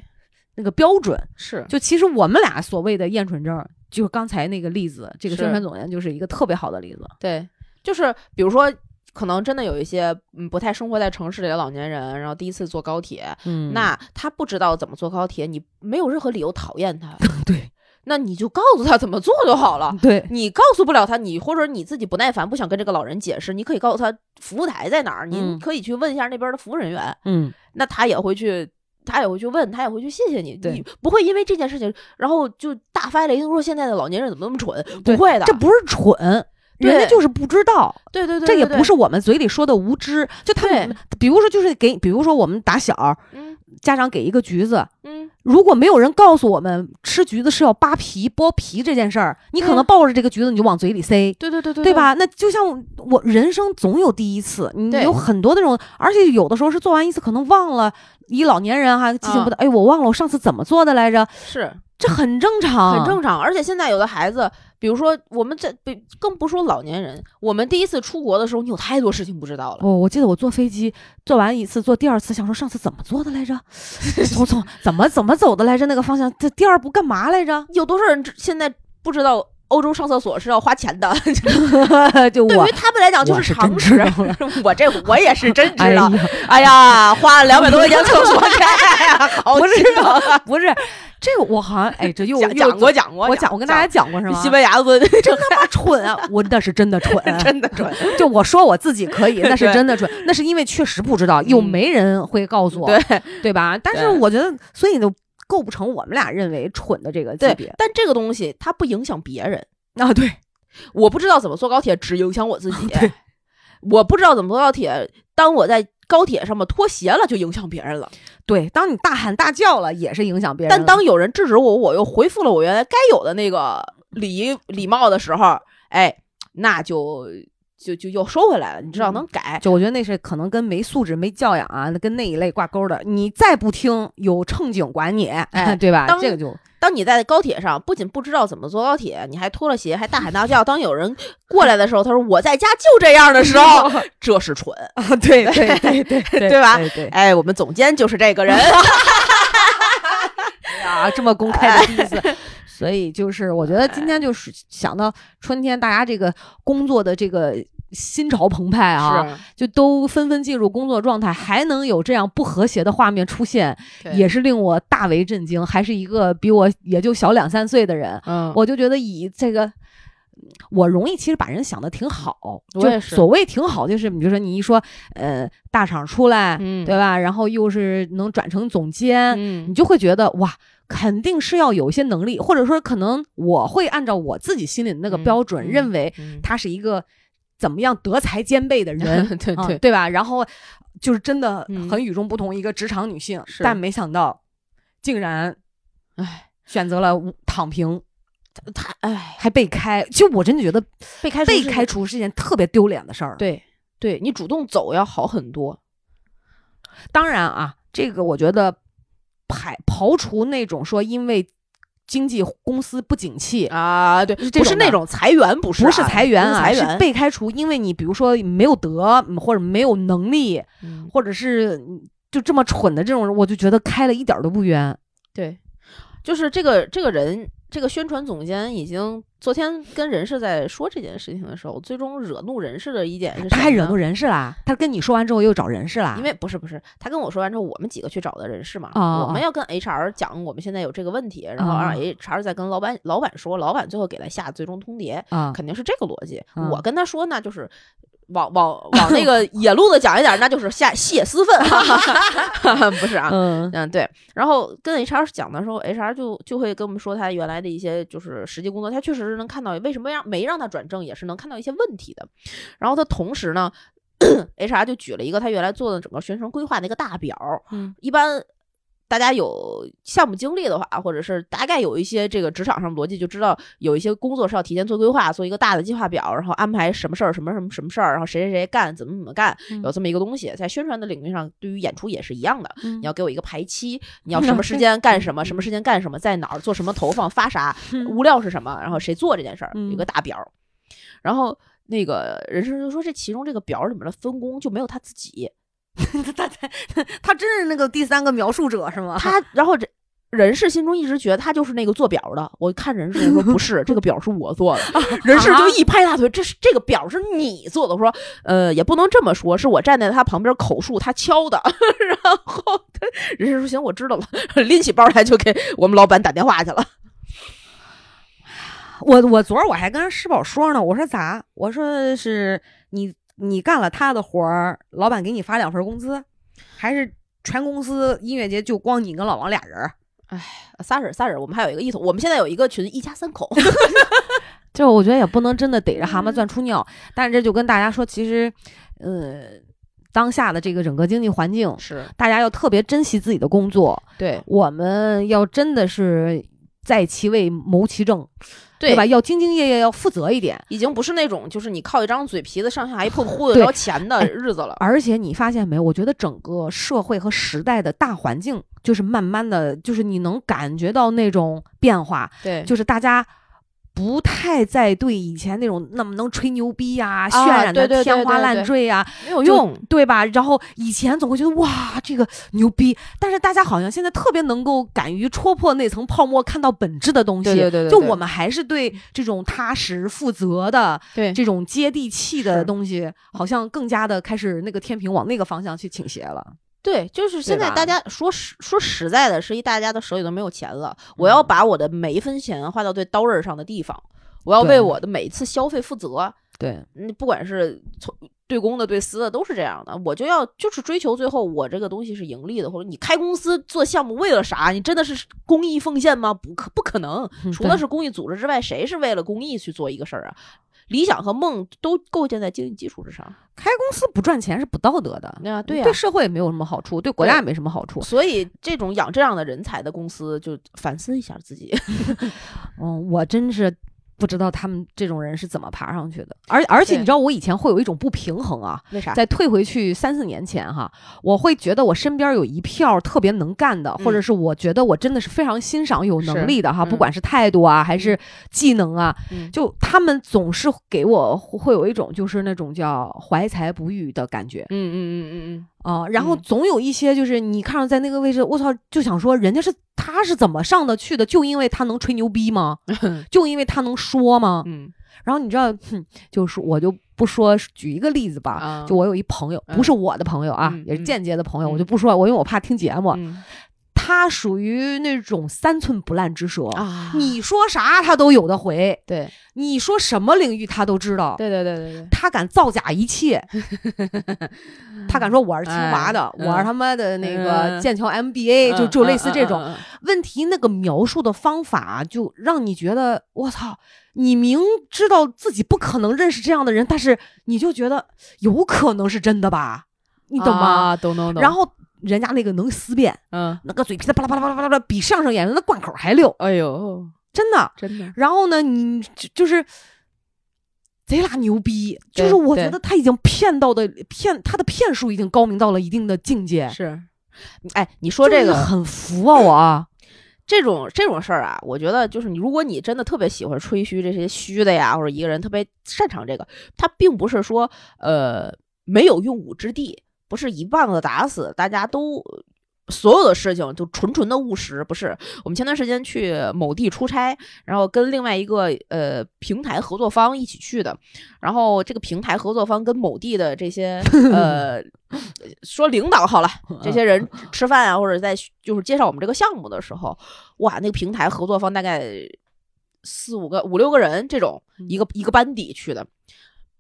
S3: 那个标准，
S1: 是，
S3: 就其实我们俩所谓的厌蠢症，就是刚才那个例子，这个
S1: 是
S3: 宣传总监就是一个特别好的例子。
S1: 对，就是比如说，可能真的有一些嗯不太生活在城市里的老年人，然后第一次坐高铁，
S3: 嗯
S1: 那他不知道怎么坐高铁，你没有任何理由讨厌
S3: *laughs*
S1: 他，
S3: 对
S1: 那你就告诉他怎么坐就好了。
S3: 对
S1: 你告诉不了他，你或者你自己不耐烦，不想跟这个老人解释，你可以告诉他服务台在哪儿，您
S3: 嗯
S1: 可以去问一下那边的服务人员，
S3: 嗯，
S1: 那他也会去。他也会去问，他也会去谢谢你，
S3: 对
S1: 你不会因为这件事情，然后就大发雷霆说现在的老年人怎么那么蠢？不
S3: 对
S1: 会的，
S3: 这不是蠢，
S1: 对
S3: 人家就是不知道，
S1: 对对对，
S3: 这也
S1: 对
S3: 不，是我们嘴里说的无知。就他们，比如说就是给，比如说我们打小
S1: 对嗯
S3: 家长给一个橘子。
S1: 嗯，
S3: 如果没有人告诉我们吃橘子是要扒皮、剥皮这件事儿，你可
S1: 对
S3: 能抱着这个橘子你就往嘴里塞，
S1: 对对对对啊
S3: 对？吧？那就像我我人生总有第一次，你
S1: 对
S3: 有很多那种，而且有的时候是做完一次可能忘了，一老年人哈记性不
S1: 嗯
S3: 得，哎，我忘了我上次怎么做的来着，
S1: 是
S3: 这很正常，
S1: 很正常。而且现在有的孩子，比如说我们这，比更不说老年人，我们第一次出国的时候，你有太多事情不知道了。
S3: 哦，我记得我坐飞机坐完一次，坐第二次，想说上次怎么坐的来着？从从怎么怎么走的来着？那个方向，这第二步干嘛来着？ *coughs*
S1: 有多少人知现在不知道欧洲上厕所是要花钱的？ *laughs*
S3: 就
S1: 对
S3: 我
S1: 于，他们来讲就
S3: 我是真
S1: 常识啊 *laughs*
S3: 知道了。
S1: 我这我也是真
S3: 哎
S1: 知道。
S3: 呀
S1: *laughs* 哎呀，花了两百多块钱厕所钱，好
S3: *laughs* 不是
S1: 气啊！
S3: 不是，这个我好像哎，这又
S1: 讲
S3: 又
S1: 讲过讲过，
S3: 我讲我跟大家讲过是吗？
S1: 西班牙文
S3: 真他妈蠢啊！我那是真的蠢，
S1: *laughs* 真的准，
S3: 就我说我自己可
S1: *laughs*
S3: 以，那是
S1: 对
S3: 真的蠢，那是因为确实不知道，又
S1: 嗯
S3: 没人会告诉我，
S1: 对
S3: 对吧？但是
S1: 对
S3: 我觉得，所以就构不成我们俩认为蠢的这个级
S1: 对
S3: 别。。
S1: 但这个东西它不影响别人，
S3: 啊，对，
S1: 我不知道怎么坐高铁，只影响我
S3: *laughs*
S1: 自己。我不知道怎么坐高铁，当我在高铁上面脱鞋了，就影响别人了。
S3: 对，当你大喊大叫了，也是影响别人
S1: 但
S3: 了。
S1: 当有人制止我，我又回复了我原来该有的那个礼仪礼貌的时候，哎，那就就就又收回来了。你知道
S3: 嗯
S1: 能改，
S3: 就我觉得那是可能跟没素质、没教养啊，跟那一类挂钩的。你再不听，有乘警管你，
S1: 哎
S3: *laughs* 对吧？
S1: 当
S3: 这个就
S1: 当你在高铁上，不仅不知道怎么坐高铁，你还脱了鞋，还大喊大叫。当有人过来的时候，他说我在家就这样的时候，
S3: *laughs*
S1: 这是蠢。
S3: 啊，对对对对 *laughs* 对
S1: 对吧
S3: 对对
S1: *laughs* 哎，我们总监就是这
S3: *laughs*
S1: 个人。
S3: 啊，这么公开的 diss。所以就是，我觉得今天就是想到春天，大家这个工作的这个心潮澎湃啊，就都纷纷进入工作状态，还能有这样不和谐的画面出现，
S1: 是
S3: 也是令我大为震惊。还是一个比我也就小两三岁的人，
S1: 嗯，
S3: 我就觉得以这个。我容易其实把人想的挺好，
S1: 我
S3: 就
S1: 也是
S3: 所谓挺好，就是比如说你一说，呃，大厂出来，
S1: 嗯
S3: 对吧？然后又是能转成总监，你
S1: 嗯
S3: 就会觉得哇，肯定是要有一些能力，或者说可能我会按照我自己心里的那个
S1: 嗯
S3: 标准，
S1: 嗯
S3: 认为
S1: 嗯，
S3: 他是一个怎么样德才兼
S1: *laughs*
S3: 备的人， *laughs*
S1: 对
S3: 啊
S1: 对，
S3: 对吧？然后就是真的
S1: 嗯
S3: 很与众不同，一个职场女性，
S1: 是
S3: 但没想到竟然
S1: 哎，
S3: 选择了无躺平，
S1: 他哎
S3: 还被开。就我真的觉得
S1: 被开除
S3: 被
S1: 是
S3: 开除是件特别丢脸的事儿。，
S1: 对对你主动走要好很多。
S3: 当然啊，这个我觉得排刨除那种说因为经纪公司不景气。
S1: 啊，对，
S3: 这
S1: 不是
S3: 种的
S1: 那种裁员，不是啊、
S3: 不是裁员
S1: 不是
S3: 啊，
S1: 裁
S3: 是
S1: 员
S3: 被开除，因为你比如说没有德，嗯或者没有能力，
S1: 嗯
S3: 或者是嗯就这么蠢的这种人，我就觉得开了一点儿都不冤。
S1: 对，就是这个这个人，这个宣传总监已经昨天跟人事在说这件事情的时候，最终惹怒人事的一点是
S3: 他
S1: 什
S3: 还
S1: 么
S3: 惹
S1: 呢
S3: 怒人事啦，他跟你说完之后又找人事啦，
S1: 因为不是不是，他跟我说完之后，我们几个去找的人事嘛，
S3: 哦
S1: 我们要跟 HR 讲我们现在有这个问题，然后让
S3: 哦
S1: HR 再跟老板老板说，老板最后给他下最终通牒，
S3: 啊，
S1: 肯定是这个逻辑。
S3: 嗯
S1: 我跟他说那就是。往往往那个野路子讲一点，那就是下泄私愤，不是啊？ *laughs*
S3: 嗯
S1: 嗯，对。然后跟 HR 讲的时候，HR 就就会跟我们说他原来的一些就是实际工作，他确实是能看到为什么让没让他转正，也是能看到一些问题的。然后他同时呢，HR 就举了一个他原来做的整个宣传规划的一个大表，
S3: 嗯
S1: 一般。大家有项目经历的话，或者是大概有一些这个职场上逻辑，就知道有一些工作是要提前做规划，做一个大的计划表，然后安排什么事儿、什么什么什么事儿，然后谁谁谁干，怎么怎么干，
S3: 嗯
S1: 有这么一个东西。在宣传的领域上，对于演出也是一样的，
S3: 嗯
S1: 你
S3: *laughs*
S1: 要给我一个排期，你要什么时间干什么，什么时间干什么，在哪儿做什么投放发啥，物料是什么，然后谁做这件事儿，有
S3: 嗯
S1: 个大表儿。然后那个人事就说，这其中这个表儿里面的分工就没有他自己，
S3: 他真是那个第三个描述者是吗？ *laughs*
S1: 他然后这。人事心中一直觉得他就是那个做表儿的，我看人事我说不是，这个表儿是我做的。人事就一拍大腿，这是这个表儿是你做的。我说，呃，也不能这么说，是我站在他旁边口述他敲的。 *laughs* 然后他人事说行，我知道了， *laughs* 拎起包来就给我们老板打电话去了。
S3: 我我昨儿我还跟施宝说呢，我说咋？我说是你你干了他的活儿，老板给你发两份工资，还是全公司音乐节就光你跟老王俩人儿？
S1: 仨人，仨人，我们还有一个一同，我们现在有一个群，一家三口。
S3: 就我觉得也不能真的逮着蛤蟆钻出尿，但是这就跟大家说，其实，呃，当下的这个整个经济环境，
S1: 是
S3: 大家要特别珍惜自己的工作，
S1: *laughs* 对
S3: 我们要真的是在其位谋其政，
S1: 对
S3: 吧？？要兢兢业业，要负责一点。
S1: 已经不是那种就是你靠一张嘴皮子上下一 *laughs* 碰忽悠
S3: 对
S1: 聊钱的日子了。
S3: 而且你发现没有？我觉得整个社会和时代的大环境，就是慢慢的就是你能感觉到那种变化，
S1: 对
S3: 就是大家。不太再对以前那种那么能吹牛逼呀、
S1: 啊
S3: 渲染的
S1: 对对对
S3: 天花
S1: 对
S3: 乱
S1: 对
S3: 坠呀、
S1: 没有
S3: 就。对吧？然后以前总会觉得哇，这个牛逼，但是大家好像现在特别能够敢于戳破那层泡沫，看到本质的东西。
S1: 对对对对
S3: 就
S1: 对
S3: 我们还是对这种踏实、负责的、
S1: 对
S3: 这种接地气的
S1: 是
S3: 东西，好像更加的开始那个天平往那个方向去倾斜了。
S1: 对，就是现在
S3: 吧
S1: 大家说实说实在的，是一大家的手里都没有钱了。我
S3: 嗯
S1: 要把我的每一分钱花到对刀刃上的地方，我要
S3: 对
S1: 为我的每一次消费负责。
S3: 对，
S1: 嗯，不管是从对公的、对私的，都是这样的。我就要就是追求最后我这个东西是盈利的，或者你开公司做项目为了啥？你真的是公益奉献吗？不可不可能
S3: 嗯，
S1: 除了
S3: 对
S1: 是公益组织之外，谁是为了公益去做一个事儿啊？理想和梦都构建在经济基础之上。
S3: 开公司不赚钱是不道德的，
S1: 啊，对呀、
S3: 嗯对社会也没有什么好处，对国
S1: 对
S3: 家也没什么好处。
S1: 所以，这种养这样的人才的公司，就反思一下自己。 *laughs*
S3: 嗯，我真是不知道他们这种人是怎么爬上去的。而而且
S1: 对
S3: 你知道，我以前会有一种不平衡啊，
S1: 为啥？
S3: 再退回去三四年前哈，我会觉得我身边有一票特别能干的，
S1: 嗯
S3: 或者是我觉得我真的是非常欣赏有
S1: 是
S3: 能力的哈，
S1: 嗯
S3: 不管是态度啊还是技能啊，
S1: 嗯
S3: 就他们总是给我会有一种就是那种叫怀才不遇的感觉
S1: 嗯嗯嗯嗯
S3: 啊、然后
S1: 嗯
S3: 总有一些就是你看着在那个位置，我操，就想说人家是他是怎么上得去的？就因为他能吹牛逼
S1: *laughs*
S3: 吗？就因为他能说吗？
S1: 嗯
S3: 然后你知道，哼，就是我就不说，举一个例子吧，
S1: 啊
S3: 就我有一朋友，不是我的朋友啊，
S1: 嗯
S3: 也是
S1: 嗯
S3: 间接的朋友，
S1: 嗯
S3: 我就不说，我因为我怕听节目，
S1: 嗯
S3: 他属于那种三寸不烂之舌。
S1: 啊
S3: 你说啥他都有的回，
S1: 对
S3: 你说什么领域他都知道，
S1: 对对对对对，
S3: 他敢造假一
S1: *laughs*
S3: 切，他敢说我是清华的，
S1: 哎嗯
S3: 我是他妈的那个
S1: 嗯
S3: 剑桥 MBA，、就就类似这种，
S1: 嗯，嗯嗯嗯
S3: 问题那个描述的方法，啊就让你觉得我操，你明知道自己不可能认识这样的人，但是你就觉得有可能是真的吧，你懂吗？
S1: 啊懂懂懂。
S3: 然后人家那个能思辨，
S1: 嗯，
S3: 那个嘴皮子巴拉巴拉巴拉巴拉，比相声演员的贯口还溜，
S1: 哎呦，
S3: 真的。
S1: 真的，
S3: 然后呢，你就就是。贼拉牛逼，就
S1: 对
S3: 是我
S1: 对
S3: 觉得他已经骗到的骗他的骗术已经高明到了一定的境界，
S1: 是。哎，你说这
S3: 就是
S1: 个
S3: 很服啊我啊，
S1: 这种这种事儿啊，我觉得就是你，如果你真的特别喜欢吹嘘这些虚的呀，或者一个人特别擅长这个，他并不是说呃没有用武之地，不是一棒子打死，大家都所有的事情就纯纯的务实，不是。我们前段时间去某地出差，然后跟另外一个呃平台合作方一起去的，然后这个平台合作方跟某地的这些呃说领导好了，这些人吃饭啊，或者在就是介绍我们这个项目的时候，哇，那个平台合作方大概四五个、五六个人这种一个一个班底去的，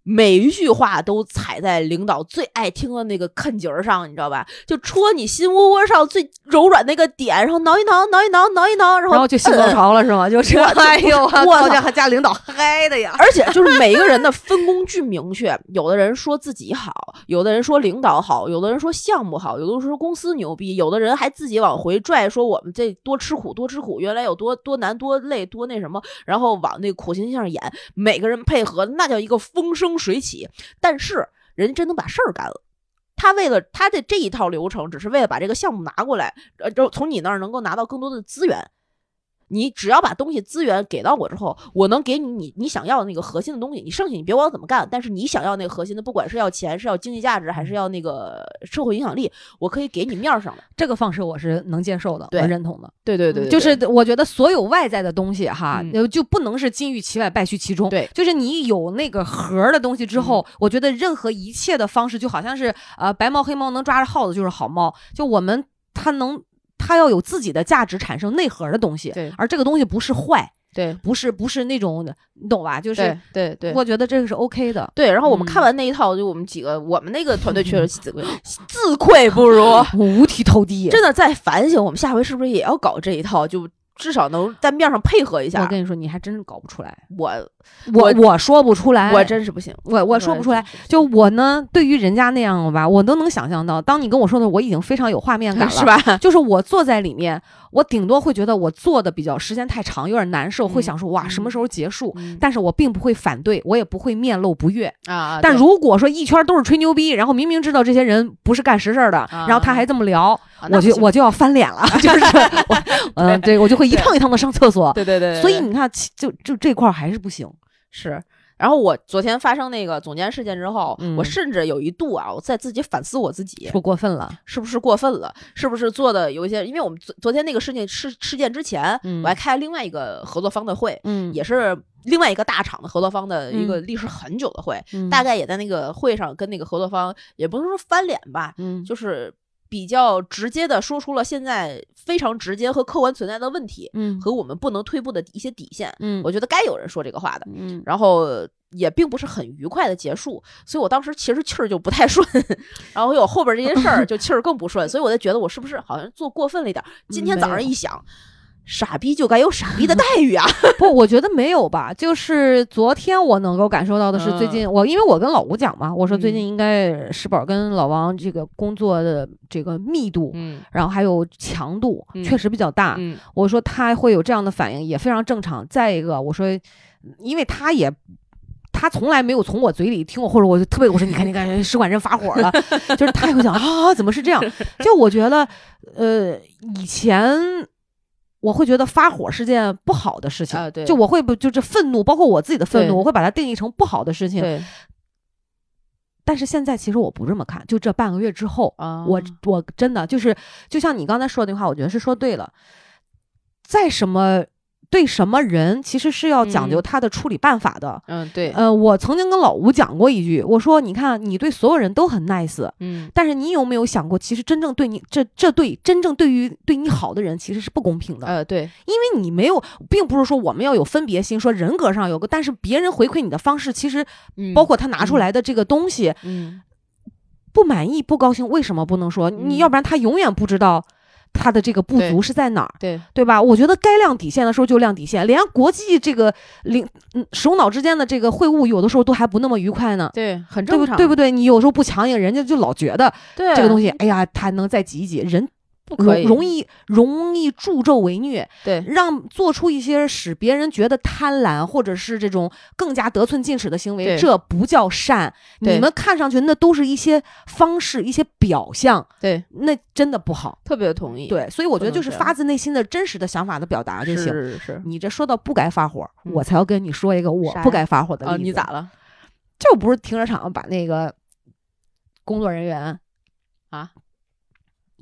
S1: 每一句话都踩在领导最爱听的那个坎节儿上，你知道吧？就戳你心窝窝上最柔软那个点，然后挠一挠，挠一挠，挠一挠，然后
S3: 然后就性 *laughs* 高
S1: 摁
S3: 潮了是吗？就
S1: *laughs*
S3: 是哎呦，
S1: 我
S3: 我
S1: 操
S3: 家和家领导嗨的呀！
S1: *laughs* 而且就是每一个人的分工巨明确，有的人说自己好，有的人说领导好，有的人说项目好，有的人说公司牛逼，有的人还自己往回拽，说我们这多吃苦多吃苦，原来有多多难多累多那什么，然后往那苦行像演，每个人配合那叫一个风生水起。但是人真能把事儿干了。他为了他的这一套流程，只是为了把这个项目拿过来，呃，就从你那儿能够拿到更多的资源。你只要把东西资源给到我之后，我能给你你你想要的那个核心的东西，你剩下你别管我怎么干，但是你想要那个核心的，不管是要钱，是要经济价值，还是要那个社会影响力，我可以给你面儿上的。
S3: 这个方式我是能接受的，
S1: 对
S3: 我认同的。
S1: 对对
S3: 就
S1: 就是是
S3: 我觉得所有外在的东西哈，
S1: 嗯
S3: 呃就不能是金玉其外败絮其中。
S1: 对嗯
S3: 就是你有那个核儿的东西之后，我觉得任何一切的方式，就好像是呃白猫黑猫能抓着耗子就是好猫，就我们它能。它要有自己的价值，产生内核的东西，
S1: 对
S3: 而这个东西不是坏，
S1: 对
S3: 不是不是那种，你懂吧？就是
S1: 对对
S3: 我觉得这个是 OK 的。
S1: 对。然后我们
S3: 嗯
S1: 看完那一套，就我们几个我们那个团队去了，
S3: *laughs*
S1: 自愧自愧不如。
S3: 我五体投地，
S1: 真的在反省，我们下回是不是也要搞这一套？就至少能在面上配合一
S3: 我
S1: 下。
S3: 跟你说，你还真是搞不出来。
S1: 我
S3: 我
S1: 我
S3: 我说不出来，
S1: 我真是不行，
S3: 哎我我说不出来。就我呢，对于人家那样了吧，我都能想象到。当你跟我说的时候，我已经非常有画面感
S1: *laughs*
S3: 了，
S1: 是？吧？
S3: 就是我坐在里面，我顶多会觉得我坐的比较时间太长，有点难受，会
S1: 嗯
S3: 想说哇，
S1: 嗯
S3: 什么时候结束？
S1: 嗯
S3: 但是我并不会反对，我也不会面露不悦。
S1: 啊，
S3: *laughs* 但
S1: 对
S3: 如果说一圈都是吹牛逼，然后明明知道这些人不是干实事儿的，
S1: 啊
S3: 然后他还这么聊，
S1: 啊那
S3: 我
S1: 不
S3: 就
S1: 行
S3: 我就要
S1: *laughs*
S3: 翻脸了，就是我，嗯，对我就会一
S1: 对
S3: 趟一趟的上厕所。
S1: 对对对，对
S3: 所以
S1: 对
S3: 你看，其就就这块儿还是不行。
S1: 是。然后我昨天发生那个总监事件之后，
S3: 嗯
S1: 我甚至有一度啊，我在自己反思我自己
S3: 是不是过分了？
S1: 是不是过分了，是不是做的有一些，因为我们昨昨天那个事件事事件之前，
S3: 嗯
S1: 我还开了另外一个合作方的会，
S3: 嗯
S1: 也是另外一个大厂的合作方的一个历史很久的会，
S3: 嗯
S1: 大概也在那个会上跟那个合作方，也不能说翻脸吧，
S3: 嗯
S1: 就是比较直接的说出了现在非常直接和客观存在的问题
S3: 嗯
S1: 和我们不能退步的一些底线。
S3: 嗯
S1: 我觉得该有人说这个话的，
S3: 嗯，
S1: 然后也并不是很愉快的结束，所以我当时其实气儿就不太顺， *laughs* 然后有后边这些事儿就气儿更不顺，所以我就觉得我是不是好像做过分了一点儿？今天早上一想，傻逼就该有傻逼的待遇啊！
S3: *laughs* 不，我觉得没有吧。就是昨天我能够感受到的是，最近、
S2: 嗯
S3: 我因为我跟老吴讲嘛，我说最近应该石宝跟老王这个工作的这个密度，
S2: 嗯
S3: 然后还有强度，
S2: 嗯
S3: 确实比较大。
S2: 嗯
S3: 我说他会有这样的反应也非常正常。再一个，我说，因为他也。他从来没有从我嘴里听过，或者我就特别我说你看你看使馆人发火
S1: *laughs*
S3: 了，就是他也会想啊怎么是这样？就我觉得，呃，以前我会觉得发火是件不好的事情，
S1: 啊对
S3: 就我会不就这愤怒，包括我自己的愤怒，
S1: 对
S3: 我会把它定义成不好的事情。
S1: 对
S3: 但是现在其实我不这么看，就这半个月之后，
S1: 啊
S3: 我我真的就是，就像你刚才说的那话，我觉得是说对了。在什么对什么人，其实是要讲究
S1: 嗯
S3: 他的处理办法的。
S1: 嗯对
S3: 呃，我曾经跟老吴讲过一句，我说你看，你对所有人都很 nice，
S1: 嗯
S3: 但是你有没有想过，其实真正对你这这对真正对于对你好的人，其实是不公平的，
S1: 呃对
S3: 因为你没有，并不是说我们要有分别心，说人格上有个，但是别人回馈你的方式，其实包括他拿出
S1: 嗯
S3: 来的这个东西，
S1: 嗯
S3: 不满意、不高兴，为什么不能说？你
S1: 嗯
S3: 要不然他永远不知道他的这个不足
S1: 对
S3: 是在哪儿，
S1: 对
S3: 对吧？我觉得该亮底线的时候就亮底线，连国际这个领嗯首脑之间的这个会晤，有的时候都还不那么愉快呢。
S1: 对很
S3: 对
S1: 正
S3: 不
S1: 常
S3: 对不对？你有时候不强硬，人家就老觉得
S1: 对
S3: 这个东西，哎呀，他能再挤一挤，人
S1: 不可
S3: 容
S1: 以
S3: 容易容易助纣为虐，
S1: 对
S3: 让做出一些使别人觉得贪婪或者是这种更加得寸进尺的行为，
S1: 对
S3: 这不叫善。
S1: 对
S3: 你们看上去那都是一些方式、一些表象，
S1: 对
S3: 那真的不好。
S1: 特别同意
S3: 对，所以我觉得
S1: 不能
S3: 就是
S1: 这
S3: 发
S1: 样
S3: 自内心的真实的想法的表
S1: 啊
S3: 达就是行。
S1: 是是
S3: 你这说到不该发火，
S1: 嗯
S3: 我才要跟你说一个我
S1: 啥
S3: 不
S1: 呀
S3: 该发火的例
S1: 啊
S3: 子。
S1: 你咋了
S3: 就不是停车场把那个工作人员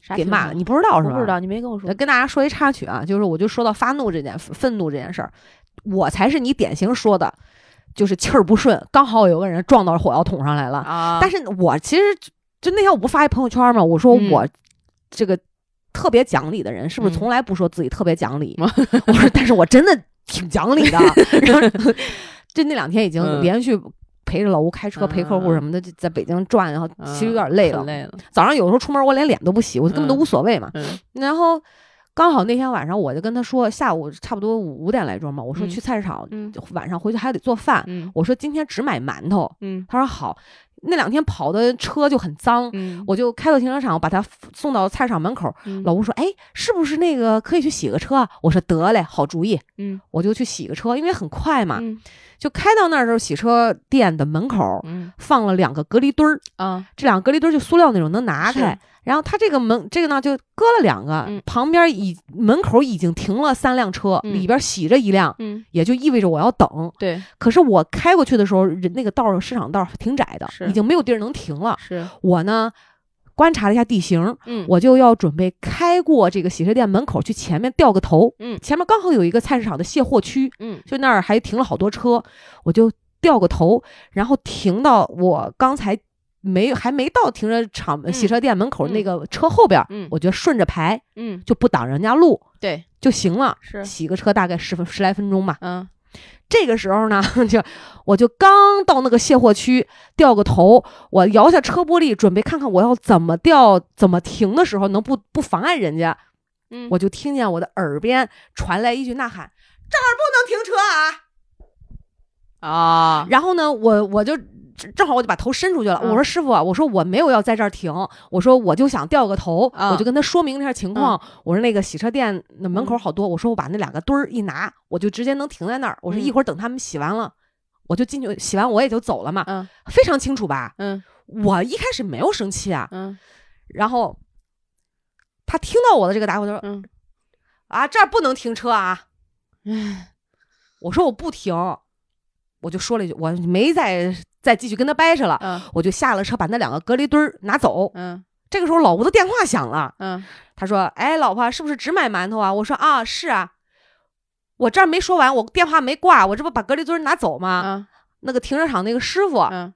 S1: 啥
S3: 给
S1: 情
S3: 骂
S1: 况
S3: 了？你不知道是
S1: 我
S3: 吧？
S1: 不知道你没跟我说啊
S3: 呃跟大家说一插曲啊，就是我就说到发怒这件愤怒这件事儿，我才是你典型说的，就是气儿不顺，刚好有个人撞到火药桶上来了。
S1: 啊
S3: 但
S1: 是
S3: 是我其实就那天我不发一朋友圈嘛，我说
S1: 嗯
S3: 我这个特别讲理的人，是不
S1: 嗯
S3: 是从来不说自己特别
S1: *laughs*
S3: 讲理？我说，但是我真的挺讲理的。然后就那两天已经
S1: 嗯
S3: 连续。陪着老吴开车，陪客户
S1: 嗯
S3: 什么的，就在北京转，然后其实有点累了。
S1: 累了
S3: 早上有时候出门我连脸都不洗，我根本都
S1: 嗯
S3: 无所谓嘛。
S1: 嗯
S3: 然后刚好那天晚上我就跟他说，下午差不多五五点来钟嘛，我说
S1: 嗯
S3: 去菜市场，
S1: 嗯
S3: 就晚上回去还得做饭，
S1: 嗯
S3: 我说今天只买馒头，
S1: 嗯
S3: 他说好。那两天跑的车就很脏，
S1: 嗯
S3: 我就开到停车场把他送到菜市场门口。
S1: 嗯
S3: 老吴说：“哎，是不是那个可以去洗个车啊？”我说：“得嘞，好主意。”
S1: 嗯
S3: 我就去洗个车，因为很快嘛。
S1: 嗯
S3: 就开到那儿的时候，洗车店的门口
S1: 嗯
S3: 放了两个隔离墩儿，
S1: 啊
S3: 这两个隔离墩儿就塑料那种能拿
S1: 是
S3: 开，然后它这个门这个呢就割了两个，
S1: 嗯
S3: 旁边已门口已经停了三辆车，
S1: 嗯
S3: 里边洗着一辆，
S1: 嗯
S3: 也就意味着我要等。
S1: 对
S3: 可是我开过去的时候，人那个道儿市场道儿挺窄的，
S1: 是
S3: 已经没有地儿能停了。
S1: 是
S3: 我呢观察了一下地形，
S1: 嗯
S3: 我就要准备开过这个洗车店门口去前面掉个头。
S1: 嗯
S3: 前面刚好有一个菜市场的卸货区，
S1: 嗯
S3: 就那儿还停了好多车，我就掉个头，然后停到我刚才没还没到停车场呃洗车店门口那个车后边儿，
S1: 嗯
S3: 我觉得顺着排
S1: 嗯
S3: 就不挡人家路
S1: 对
S3: 就行了。
S1: 是
S3: 洗个车大概十分十来分钟吧。
S1: 嗯
S3: 这个时候呢， *laughs* 就我就刚到那个卸货区掉个头，我摇下车玻璃，准备看看我要怎么掉、怎么停的时候能不不妨碍人家。
S1: 嗯
S3: 我就听见我的耳边传来一句呐喊：“这儿不能停车啊！”
S1: 啊
S3: 然后呢，我我就正正好我就把头伸出去了。
S1: 嗯
S3: 我说师傅啊，我说我没有要在这儿停，我说我就想掉个头，
S1: 嗯
S3: 我就跟他说明一下情况。我说那个洗车店那门口
S1: 嗯
S3: 好多，我说我把那两个墩儿一拿，我就直接能停在那儿。我说
S1: 嗯
S3: 一会儿等他们洗完了。我就进去洗完，我也就走了嘛，
S1: 嗯
S3: 非常清楚吧？
S1: 嗯
S3: 我一开始没有生气啊，
S1: 嗯
S3: 然后他听到我的这个答复，他说
S1: 嗯
S3: 啊，这儿不能停车啊。
S1: 唉
S3: 我说我不停，我就说了一句，我没再再继续跟他掰扯了。
S1: 嗯
S3: 我就下了车，把那两个隔离墩儿拿走。
S1: 嗯
S3: 这个时候，老吴的电话响了，
S1: 嗯
S3: 他说：“哎，老婆，是不是只买馒头啊？”我说：“啊，是啊。”我这儿没说完，我电啊话没挂，我这不把隔离墩儿拿走吗？
S1: 嗯
S3: 那个停车场那个师傅，
S1: 嗯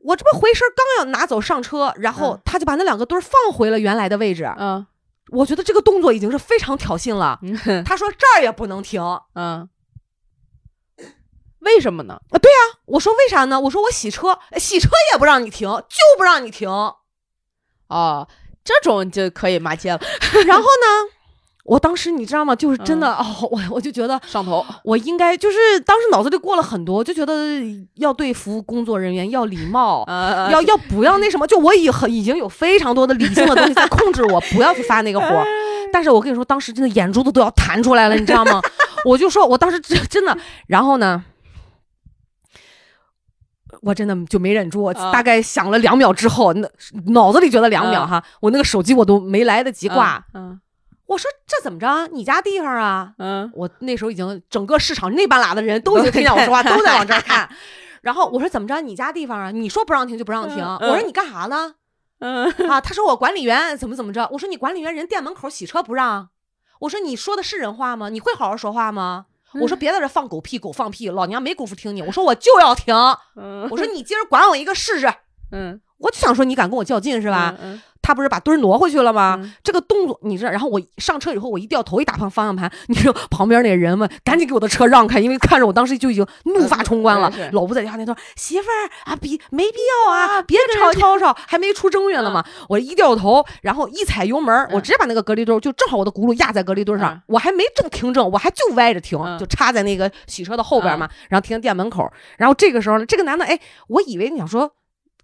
S3: 我这不回身刚要拿走上车，然后
S1: 嗯
S3: 他就把那两个墩儿放回了原来的位置。
S1: 嗯
S3: 我觉得这个动作已经是非常挑衅了。
S1: 嗯
S3: *laughs* 他说这儿也不能停，
S1: 嗯，为什么呢？
S3: 我说为啥呢？我说我洗车，哎洗车也不让你停，就不让你停。
S1: 哦，这种就可以骂街了，
S3: 然后呢，我当时你知道吗？就是真的、哦，我我就觉得
S1: 上头。
S3: 我应该就是当时脑子里过了很多，就觉得要对服务工作人员要礼貌。
S1: 呃，
S3: 要要不要那什么？就我已很已经有非常多的理性的东西在控制我，不要去发那个火。但是我跟你说，当时真的眼珠子都要弹出来了，你知道吗？我就说，我当时真真的，然后呢，我真的就没忍住，我
S1: 啊
S3: 大概想了两秒之后，那脑子里觉得两秒
S1: 嗯
S3: 哈，我那个手机我都没来得及
S1: 一
S3: 挂。，
S1: 嗯
S3: 我说这怎么着？你家地方啊？
S1: 嗯
S3: 我那时候已经整个市场那半拉的人都已经听见我说话，都在往这儿看。然后我说怎么着？你家地方啊？你说不让停就不让停。
S1: 嗯嗯
S3: 我说你干啥呢？
S1: 嗯
S3: 啊，他说我管理员怎么怎么着。我说你管理员人店门口洗车不让。我说你说的是人话吗？你会好好说话吗？我
S1: 嗯
S3: 说别在这放狗屁，狗放屁，老娘没工夫听你。我说我就要停。
S1: 嗯
S3: 我说你今儿管我一个试试。
S1: 嗯，
S3: 我就想说你敢跟我较劲是
S1: 是
S3: 吧？？他不是把墩儿挪回去了吗？
S1: 嗯
S3: 这个动作你知道，然后我上车以后，我一掉头，一打碰方向盘，你知道旁边那个人们赶紧给我的车让开，因为看着我当时就已经怒发冲冠了。
S1: 嗯是
S3: 老吴在电话那头，媳妇儿啊，比没必要啊，别跟人吵吵，还没出正月呢嘛。
S1: 嗯
S3: 我一掉头，然后一踩油门，我直接把那个隔离墩儿就正好我的轱辘压在隔离墩上，
S1: 嗯
S3: 我还没正停正，我还就歪着停，
S1: 嗯
S3: 就插在那个洗车的后
S1: 啊
S3: 边嘛，然后停在店门口。然后这个时候呢，这个男的，哎，我以为你想说，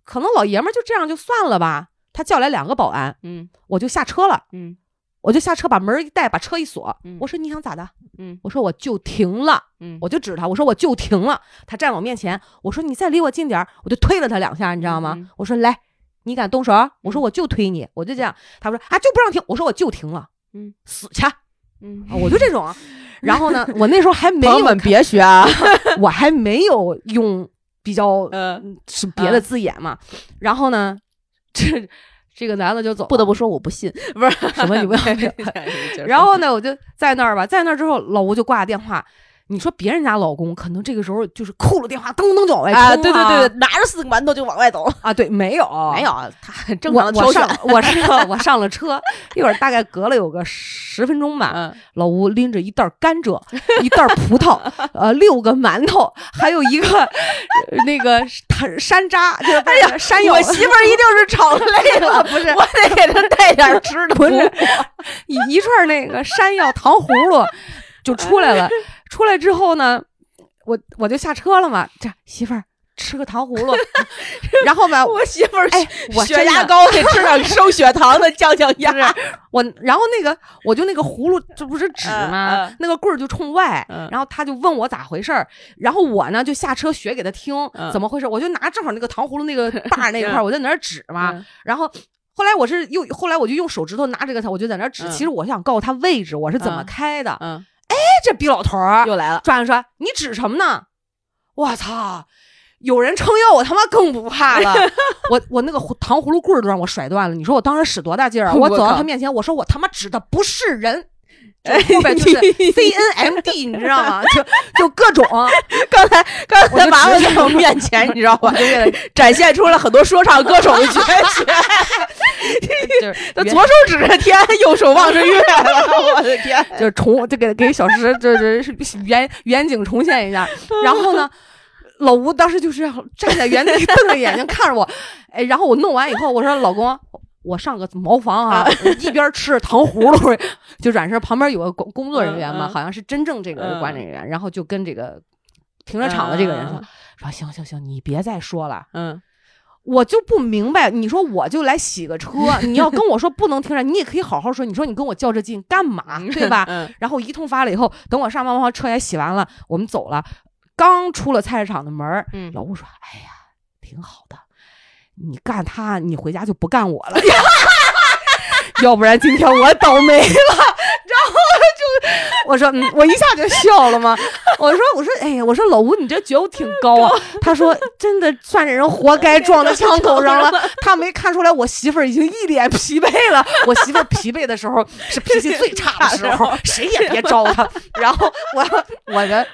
S3: 可能老爷们儿就这样就算了吧。他叫来两个保安，
S1: 嗯
S3: 我就下车了。
S1: 嗯
S3: 我就下车把门儿一带，把车一锁。
S1: 嗯
S3: 我说你想咋的？
S1: 嗯
S3: 我说我就停了，
S1: 嗯，
S3: 我就指着他，我说我就停了。他站我面前，我说你再离我近点儿，我就推了他两下，你知道吗？
S1: 嗯
S3: 我说来，你敢动手儿？我说我就推你，我就这样。他说啊就不让停，我说我就停了，
S1: 嗯，
S3: 死去，啊
S1: 嗯，
S3: 我就这
S1: *laughs*
S3: 种啊。然后呢，我那时候还没
S1: 朋友
S3: 有，
S1: 们别学啊， *laughs*
S3: 我还没有用比较
S1: 嗯，
S3: 是别的字眼嘛。然后呢，这这个男的就走
S1: *laughs*
S3: 了，
S1: 不得不说我不信， *laughs* 不是哎
S3: 什么你不要
S1: *laughs*
S3: 然
S1: 然后
S3: 后呢，我就在那儿吧，在那儿之后，老吴就挂了电话。你说别人家老公可能这个时候就是扣了电话，噔噔噔就往外冲
S1: 啊，哦对对对对，拿着四个馒头就往外走，
S3: 啊，对，没有
S1: 没有，啊他很正常的
S3: 我
S1: 挑
S3: 我
S1: 选
S3: 上，我上 *laughs* 我上了车，一会儿大概隔了有个十分钟
S1: *laughs*
S3: 吧，
S1: 嗯
S3: 老吴拎着一袋儿甘蔗，一袋儿
S1: *laughs*
S3: 葡萄，呃，六个馒头，还有一个呃那个山山楂，就是不是山药，
S1: 哎我媳妇儿一定是
S3: *laughs*
S1: 吵累 *laughs* 了，
S3: 不是
S1: 我得给她带点儿吃的，
S3: *laughs* 不是一一串儿那个山药糖葫芦就出来了。
S1: *laughs*
S3: 出来之后呢，我我就下车了嘛，这媳妇儿吃个糖葫
S1: *laughs*
S3: 芦，然后吧，
S1: 我媳妇儿
S3: 哎，我
S1: 血压
S3: 真的
S1: 高，得吃 *laughs* 点升血糖的降降压
S3: 不。是
S1: *laughs*
S3: 我， *laughs* 然后那个我就那个葫芦，这不是纸
S1: 嗯
S3: 吗？
S1: 嗯
S3: 那个棍儿就冲外，
S1: 嗯
S3: 然后他就问我咋回事儿，然后我呢就下车学给他听、
S1: 嗯
S3: 怎么回事儿，我就拿正好那个糖葫芦那个把儿
S1: *laughs*
S3: 那块儿，我在那儿指嘛，
S1: 嗯
S3: 然后。后来我是又后来我就用手指头拿这个，我就在那儿指。
S1: 嗯
S3: 其实我想告诉他位置，我是怎么
S1: 嗯
S3: 开的。
S1: 嗯，
S3: 哎，这逼老头儿
S1: 又来了，
S3: 转转，你指什么呢？我操！有人撑腰，我他妈更不怕
S1: *laughs*
S3: 了。我我那个葫糖葫芦棍儿都让我甩断了。你说我当时使多大劲儿
S1: *laughs*
S3: 啊！
S1: 我
S3: 我走到
S1: 靠
S3: 他面前，我说我他妈指的不是
S1: *laughs*
S3: 人，就后边就是 CNMD，你知道吗？就就各种，
S1: 刚才 *laughs* 刚才娃娃
S3: 直
S1: *laughs* 在我面前，你知道 *laughs* 吧？展现出了很多说唱歌手的 *laughs* 绝学，
S3: 就是
S1: 他
S3: 原
S1: 左手指着天，右手望 *laughs* 着月了，我的天！
S3: 就是重这个给小石就是 *laughs* 远远景重
S1: *laughs*
S3: 现一下。然后呢，老吴当时就是站在原地瞪着眼睛看着我，哎，然后我弄完以后，我说老公。我上个茅房啊，一边吃着糖葫芦， *laughs* 就软身旁边有个工工作人员嘛，
S1: 嗯嗯
S3: 好像是真正这个
S1: 嗯
S3: 管理员，然后就跟这个停车场的这个人说、
S1: 嗯
S3: 说行行行，你别再说了，
S1: 嗯
S3: 我就不明白，你说我就来洗个车，你要跟我说不能停着，你也可以好好说，你说你跟我较这劲干嘛，对吧？
S1: 嗯
S3: 然后一通发了以后，等我上完房车也洗完了，我们走了。刚出了菜市场的门儿，
S1: 嗯
S3: 老吴说：“哎呀，挺好的，你干他，你回家就不干我了，要不然今天我倒霉了。”然后就我说：“嗯，我一下就笑了嘛。”我说：“我说，哎呀，我说老吴，你这觉悟挺高啊。”他说：“真的，算是人活 *laughs* 该撞到枪口上了。他没看出来我媳妇儿已经一脸疲惫了。我媳妇儿疲惫的时候是脾气最差的时候，谁也别招她。然后我我的，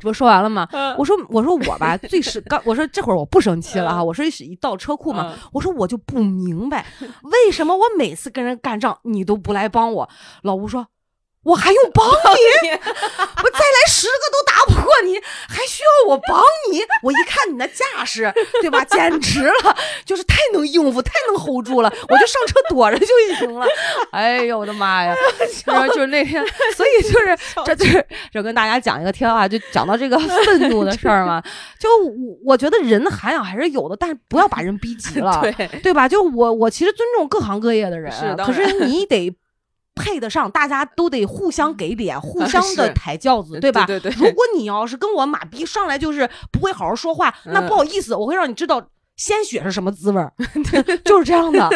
S3: 不说完了吗？
S1: 嗯
S3: 我说我说我吧，最是刚 *laughs* 我说这会儿我不生气了哈，我说是一到车库嘛，我说我就不明白为什么我每次跟人干仗你都不来帮我。老吴说。我还用帮你？ *laughs* 我再来十个都打不过你，还需要我帮你？我一看你那架势， *laughs* 对吧？简直了，就是太能应付，太能 hold 住了， *laughs* 我就上车躲着就行了。 *laughs* 哎呦我的妈呀！然后就是那天，所以就是这就是这跟大家讲一个天啊，就讲到这个愤怒的事儿嘛。就我我觉得人的涵养还是有的，但是不要把人逼急了，
S1: *laughs* 对，
S3: 对吧？就我我其实尊重各行各业的人，
S1: 是当
S3: 可是
S1: *laughs*
S3: 你得。配得上，大家都得互相给脸，互
S1: 啊
S3: 相
S1: *laughs*
S3: 的
S1: 是
S3: 抬轿子，对吧？
S1: 对对
S3: 如果你要是跟我马逼上来就是不会好好说话，那
S1: 嗯
S3: 不好意思，我会让你知道鲜血是什么滋
S1: *laughs*
S3: 味儿， *laughs* 就是这样的。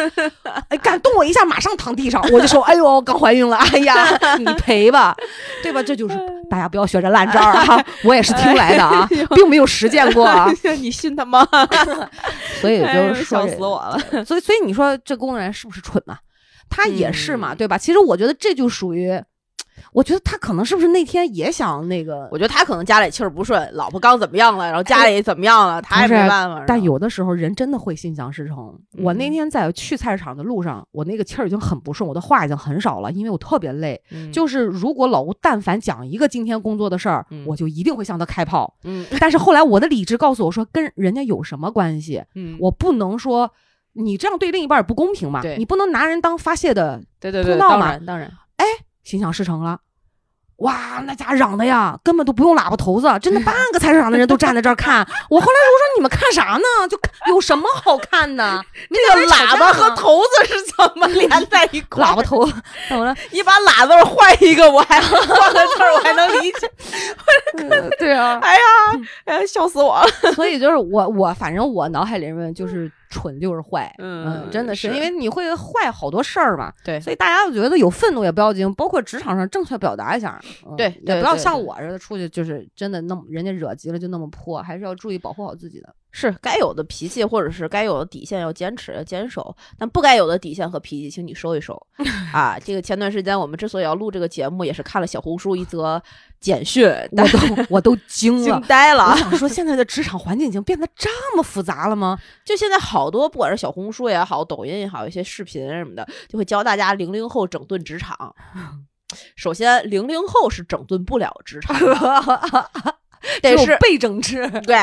S3: 哎，敢动我一下，马上躺地上，我就说，哎呦，我刚怀孕了，哎呀，你赔吧，对吧？这
S1: *laughs*
S3: 就是大家不要学着烂招儿啊，我也是听来的
S1: 哎
S3: 啊，并没有实践过啊，
S1: *laughs* 你信他吗？
S3: 所以
S1: 哎
S3: 就
S1: 呦
S3: 是说
S1: 笑
S3: 这
S1: 死我了。
S3: 所以，所以你说这工作人员是不是蠢嘛？他也是嘛，
S1: 嗯
S3: 对吧？其实我觉得这就属于，我觉得他可能是不是那天也想那个
S1: 我觉得他可能家里气儿不顺，老婆刚怎么样了，然后家里怎么样了，他也
S3: 不
S1: 没
S3: 是
S1: 办法。
S3: 但
S1: 然后
S3: 有的时候人真的会心想事成。我那
S1: 嗯
S3: 天在去菜市场的路上，我那个气儿已经很不顺，我的话已经很少了，因为我特别累。就是如果老吴但凡讲一个今天工作的事儿，
S1: 嗯
S3: 我就一定会向他开炮。
S1: 嗯
S3: 但是后来我的理智告诉我说，跟人家有什么关系？
S1: 嗯，
S3: 我不能说你这样对另一半儿不公平嘛
S1: 对，
S3: 你不能拿人当发泄的，
S1: 对对
S3: 通
S1: 对，
S3: 道
S1: 当
S3: 嘛
S1: 然当然，
S3: 心想事成了。哇，那家嚷的呀，根本都不用喇叭头子，真的半个菜市场的人都站在这儿
S1: *laughs*
S3: 看。我后来我说你们看啥呢？就看有什么好看的？没
S1: *laughs* 这个
S3: 在那儿
S1: 喇
S3: 吵
S1: 叭
S3: 架
S1: 和
S3: 吗
S1: 头子是怎 *laughs* 么连在一块儿？
S3: 喇叭头，怎么了？
S1: 你把喇叭换一个，我还能换个字儿，我还能理解。
S3: 对
S1: *laughs*
S3: 啊，
S1: 哎呀， *laughs* 哎呀，笑死我了。
S3: 所以就是我我反正我脑海里面就是蠢就是坏，
S1: 嗯
S3: 真的是
S1: 是
S3: 因为你会坏好多事儿嘛，
S1: 对
S3: 所以大家我觉得有愤怒也不要紧，包括职场上正确表达一下，嗯
S1: 对
S3: 也
S1: 对
S3: 不要
S1: 对
S3: 像
S1: 对
S3: 我似的出去就是真的那么人家惹急了就那么泼，还是要注意保护好自己的。
S1: 是该有的脾气，或者是该有的底线要坚持、要坚守，但不该有的底线和脾气，请你收一 *laughs* 收啊！这个前段时间我们之所以要录这个节目，也是看了小红书一则简讯，
S3: 我都我都惊了
S1: 惊，呆了 *laughs*
S3: 我
S1: 啊。
S3: 想说，现在的职场环境已经变得这么复杂了吗？
S1: 就现在好多，不管是小红书也好，抖音也好，一些视频什么的，就会教大家零零后整顿职
S3: *laughs*
S1: 场。首先，零零后是整顿不了职
S3: *laughs*
S1: 场的，得
S3: 只有
S1: 是
S3: 被整治。
S1: 对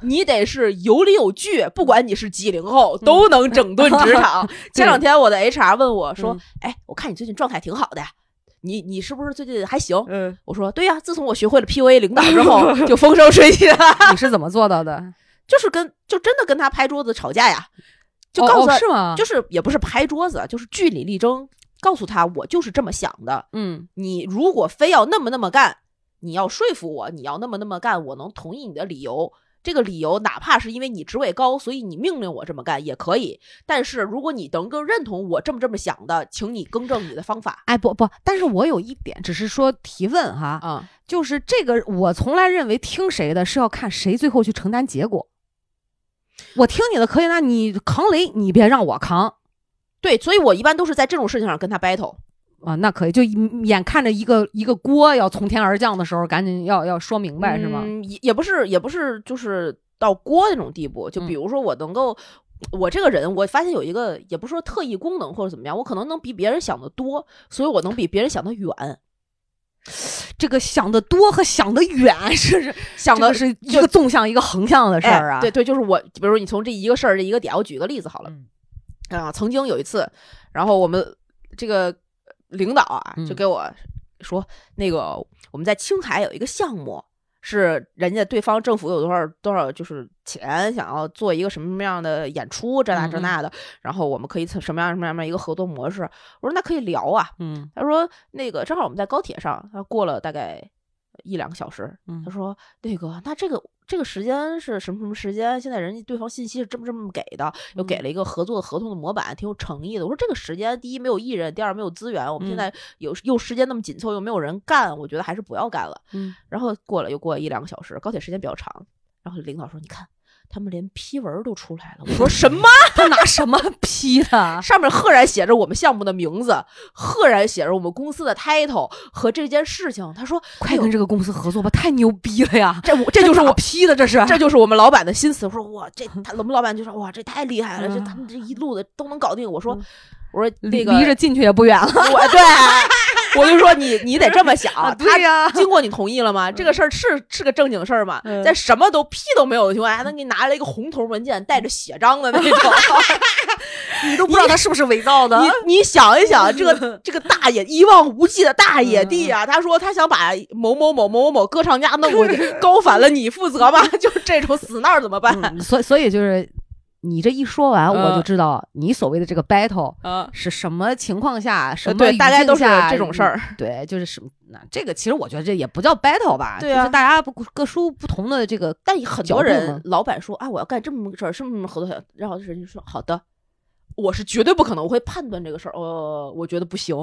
S1: 你得是有理有据，不管你是几零后，
S3: 嗯
S1: 都能整顿
S3: *laughs*
S1: 职场。前两天我的 HR 问我说
S3: 嗯：“
S1: 哎，我看你最近状态挺好的呀，你你是不是最近还行
S3: 嗯，？”
S1: 我说：“对呀，自从我学会了 PUA 领导之
S3: *laughs*
S1: 后，就风生水起了， *laughs*
S3: 你是怎么做到的？ *laughs*
S1: 就是跟就真的跟他拍桌子吵架呀，就
S3: 哦
S1: 告诉
S3: 哦
S1: 他，
S3: 是吗？
S1: 就是也不是拍桌子，就是据理力争，告诉他我就是这么想的，
S3: 嗯
S1: 你如果非要那么那么干，你要说服我，你要那么那么干，我能同意你的理由。这个理由哪怕是因为你职位高，所以你命令我这么干也可以。但是如果你能够认同我这么这么想的，请你更正你的方法。
S3: 哎不不，但是我有一点，只是说提问哈，
S1: 啊、
S3: 就是这个，我从来认为听谁的是要看谁最后去承担结果。我听你的可以，那你扛雷，你别让我扛
S1: 对，所以我一般都是在这种事情上跟他 battle。
S3: 啊，那可以。就眼看着一个一个锅要从天而降的时候，赶紧要要说明白、是吗？
S1: 嗯，也也不是，也不是，就是到锅那种地步。就
S3: 嗯
S1: 比如说，我能够，我这个人，我发现有一个，也不是说特异功能或者怎么样，我可能能比别人想的多，所以我能比别人想的远，
S3: 这个想得多和想得远 *laughs* 是是
S1: 想
S3: 这
S1: 的
S3: 个是一个纵向一个横向的事儿啊。
S1: 哎。对对，就是我，比如说你从这一个事儿这一个点，我举个例子好了。
S3: 嗯
S1: 啊，曾经有一次，然后我们这个领导啊，就
S3: 嗯
S1: 给我说，那个我们在青海有一个项目。是人家对方政府有多少多少就是钱，想要做一个什么样的演出，这那这
S3: 嗯嗯
S1: 那的，然后我们可以从什么样什么样的一个合作模式。我说那可以聊啊，
S3: 嗯
S1: 他说那个正好我们在高铁上，他过了大概一两个小时，
S3: 嗯
S1: 他说那个那这个这个时间是什么什么时间？现在人家对方信息是这么这么给的，又
S3: 嗯
S1: 给了一个合作合同的模板，挺有诚意的。我说这个时间，第一没有艺人，第二没有资源，我们现
S3: 嗯
S1: 在有又时间那么紧凑，又没有人干，我觉得还是不要干了。
S3: 嗯
S1: 然后过了又过了一两个小时，高铁时间比较长，然后领导说你看。他们连批文都出来了。我说什
S3: *laughs*
S1: 么？
S3: 他拿什么批的？
S1: 上面赫然写着我们项目的名字，赫然写着我们公司的 title 和这件事情。他说：“哎
S3: 快
S1: 呦
S3: 跟这个公司合作吧，太牛逼了呀！
S1: 这我这就是
S3: 他
S1: 我
S3: 咋批的，这是
S1: 这就是我们老板的心思。我说哇，这他我们老板就说哇，这太厉害了，这
S3: 嗯
S1: 他们这一路的都能搞定。我说
S3: 嗯，
S1: 我说那
S3: 离
S1: 个
S3: 离着进去也不远了。
S1: *laughs* 我对，我就说你你得这么想，
S3: 啊
S1: 啊
S3: 对
S1: 他
S3: 呀，
S1: 经过你同意了吗？这个事儿是是个正经事儿吗？
S3: 嗯
S1: 在什么都屁都没有的情况下，还能给你拿来一个红头文件，带着写章的那
S3: *laughs*
S1: 种。
S3: 你都不知道他是不是伪造的。
S1: 你你想一想，这
S3: *laughs*
S1: 个这个大野一望无际的大野地
S3: 嗯
S1: 啊，他说他想把某某某某某某歌唱家弄过
S3: *laughs*
S1: 去，高反了你负责吗？ *laughs* 就这种死那儿怎么办？
S3: 嗯所以所以就是你这一说完，我就
S1: 嗯
S3: 知道你所谓的这个 battle
S1: 啊，
S3: 是什么情况下，什
S1: 呃
S3: 么
S1: 对
S3: 语
S1: 大概
S3: 境
S1: 都是
S3: 下
S1: 这种事儿。
S3: 对，就是什么那这个其实我觉得这也不叫 battle 吧，
S1: 对啊
S3: 就是大家不各抒不同的这个
S1: 但很
S3: 角
S1: 多
S3: 度
S1: 人
S3: 嘛
S1: 老板说啊，我要干这么个事儿，这么合作下来，然后人家说好的，我是绝对不可能，我会判断这个事儿，呃，我觉得不行，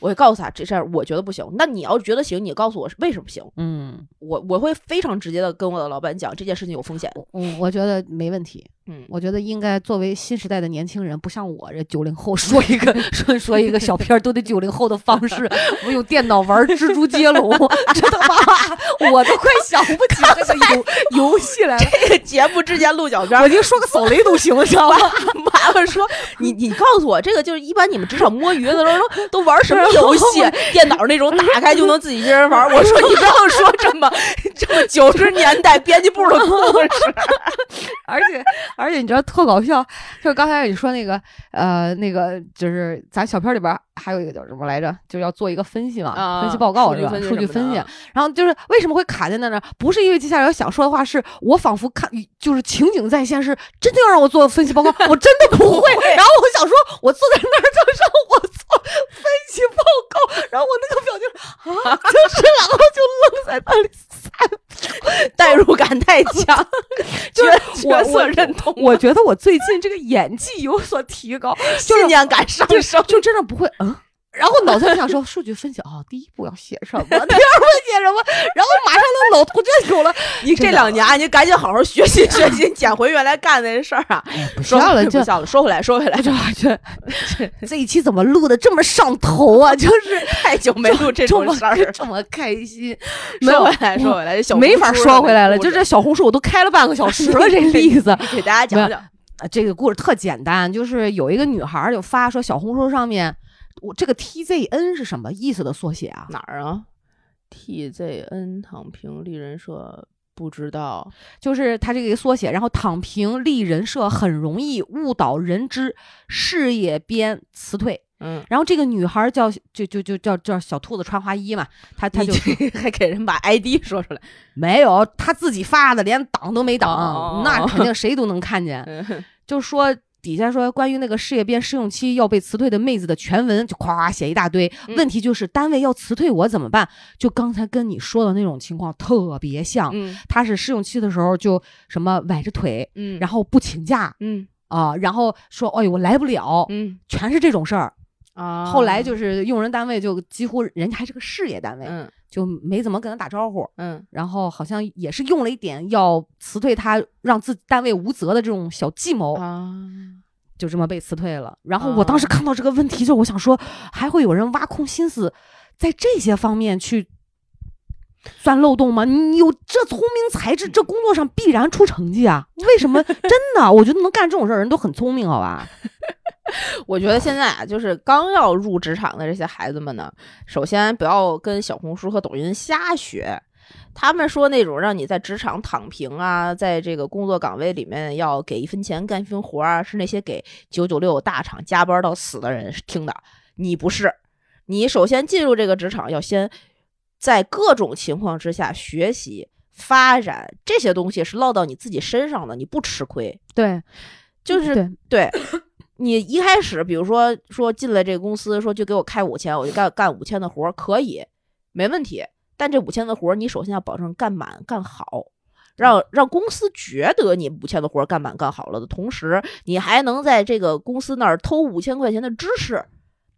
S1: 我会告诉他这事儿我觉得不行。那你要觉得行，你告诉我是为什么不行，
S3: 嗯，
S1: 我我会非常直接的跟我的老板讲这件事情有风险。
S2: 我我我觉得没问题。
S1: 嗯， *laughs*
S2: 我
S3: 我觉得应该作为新时代的年轻人，不像我这九零后说一个说说一个小片儿都得九零后的方式，我用电脑玩儿蜘蛛接龙， *laughs* 这他妈我都快想不起这个游游戏来了。
S1: 这个节目之前录小片儿，
S3: 我就说个扫雷都行，知道吧？
S1: *laughs* 妈妈说你你告诉我这个就是一般你们职场摸鱼的时候都都玩什么游戏？ *laughs* 电脑那种打开就能自己一人玩儿。我说你不要说这么这么九十年代编辑部的故事。
S3: 而且而且你知道特搞笑，就是刚才你说那个呃那个就是咱小片儿里边儿还有一个叫什么来着，就是要做一个分析嘛，
S1: 啊
S3: 分析报告
S1: 数据
S3: 是吧？
S1: 分析
S3: 数据
S1: 什么
S3: 分析
S1: 的啊，
S3: 然后就是为什么会卡在那呢？不是因为接下来我想说的话是我仿佛看就是情景再现，是真的要让我做分析报告，我真的不会。然后我想说，我坐在那儿就让我做分析报告，然后我那个表情啊，就是然后就愣在那里三
S1: 代入感太强，
S3: 就是我
S1: 角色
S3: 我
S1: 认同，
S3: 我觉得我最近这个演技有所提高，就是
S1: 信念感上
S3: 就
S1: 升。
S3: 就真的不会嗯。然后脑子里想说数据分析啊、哦第一步要写什么，第二步写什么，然后马上都脑图就有了。
S1: 你这
S3: 真的
S1: 两年啊，你赶紧好好学习学习，捡回原来干那事儿啊！
S3: 哎不
S1: 说
S3: 笑了，
S1: 不
S3: 就
S1: 笑了，说回来，说回来，
S3: 这这这一期怎么录的这么上头啊？ *laughs* 就是
S1: 太久没录这
S3: 这
S1: 种
S3: 么
S1: 事儿了。
S3: 这么开心，没
S1: 说
S3: 有嗯
S1: 回来，说回来，这小
S3: 没
S1: 红
S3: 法
S1: 书
S3: 说
S1: 上
S3: 回
S1: 那
S3: 来了，
S1: 故
S3: 就
S1: 事
S3: 这小红书我都开了半个小时 *laughs* 了，这例子。
S1: 给大家讲讲。
S3: 啊，这个故事特简单，就是有一个女孩儿就发说小红书上面，我这个 TZN 是什么意思的缩写啊？
S1: 哪儿啊？TZN 躺平丽人社不知道，
S3: 就是它这个一个缩写，然后躺平立人设很容易误导人之事业编辞退。
S1: 嗯，
S3: 然后这个女孩儿叫就就就叫叫小兔子穿花衣嘛，她她
S1: 你
S3: 就
S1: 这还给人把 *laughs* ID 说出来，
S3: 没有她自己发的，连挡都没挡，
S1: 哦
S3: 那肯定谁都能看见。
S1: 嗯
S3: 就说底下说关于那个事业编试用期要被辞退的妹子的全文，就夸夸写一大堆。
S1: 嗯
S3: 问题就是单位要辞退我怎么办？就刚才跟你说的那种情况特别像。
S1: 嗯
S3: 她是试用期的时候就什么崴着腿，
S1: 嗯
S3: 然
S1: 后
S3: 后不请假
S1: 嗯
S3: 啊、然后说哎呦我来不了，
S1: 嗯
S3: 全是这种事儿。
S1: 啊
S3: 后来就是用人单位就几乎人家还是个事业单位，
S1: 嗯
S3: 就没怎么跟他打招呼。
S1: 嗯
S3: 然后好像也是用了一点要辞退他，让自己单位无责的这种小计谋。
S1: 啊。
S3: 就这么被辞退了。然后我当时看到这个问题，就我想说，还会有人挖空心思在这些方面去钻漏洞吗？你有这聪明才智，这工作上必然出成绩啊！为什 *laughs* 么？真的，我觉得能干这种事儿人都很聪明，好吧？
S1: 我觉得现在啊，就是刚要入职场的这些孩子们呢，首先不要跟小红书和抖音瞎学。他们说那种让你在职场躺平啊，在这个工作岗位里面要给一分钱干一分活啊，是那些给九九六大厂加班到死的人听的。你不是，你首先进入这个职场要先在各种情况之下学习发展，这些东西是落到你自己身上的，你不吃亏。
S3: 对，
S1: 就是
S3: 对，
S1: 对你一开始，比如说说进来这个公司，说就给我开五千，我就干干五千的活儿，可以，没问题。但这五千的活儿，你首先要保证干满干好，
S3: 嗯
S1: 让让公司觉得你五千的活儿干满干好了的同时，你还能在这个公司那儿偷五千块钱的知识，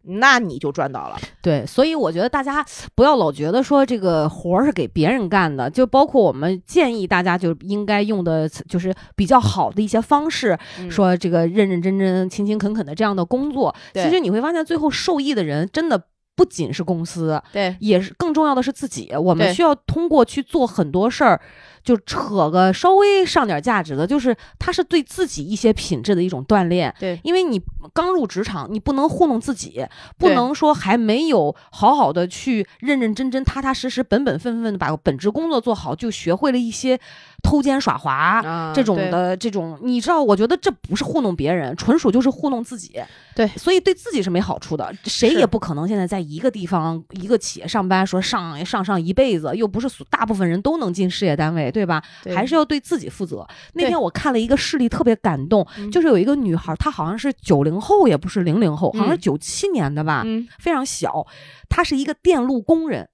S1: 那你就赚到了。
S3: 对，所以我觉得大家不要老觉得说这个活儿是给别人干的，就包括我们建议大家就应该用的，就是比较好的一些方式，
S1: 嗯
S3: 说这个认认真真、勤勤恳恳的这样的工作。
S1: 对
S3: 其实你会发现，最后受益的人真的不仅是公司，
S1: 对，
S3: 也是更重要的是自己。我们
S1: 对
S3: 需要通过去做很多事儿，就扯个稍微上点价值的，就是它是对自己一些品质的一种锻炼。
S1: 对
S3: 因为你刚入职场，你不能糊弄自己，不
S1: 对
S3: 能说还没有好好的去认认真真、踏踏实实、本本分分的把本职工作做好，就学会了一些偷奸耍滑。
S1: 啊
S3: 这种
S1: 对
S3: 的这种，你知道，我觉得这不是糊弄别人，纯属就是糊弄自己。
S1: 对
S3: 所以对自己是没好处的。谁
S1: 是
S3: 也不可能现在在一个地方、一个企业上班，说上上上一辈子，又不是所大部分人都能进事业单位，对吧？
S1: 对
S3: 还是要对自己负责。那
S1: 对
S3: 天我看了一个事例，特别感动，
S1: 嗯
S3: 就是有一个女孩，她好像是九零后，也不是零零后，好像是
S1: 嗯
S3: 九七年的吧，
S1: 嗯，
S3: 非常小。她是一个电路工人，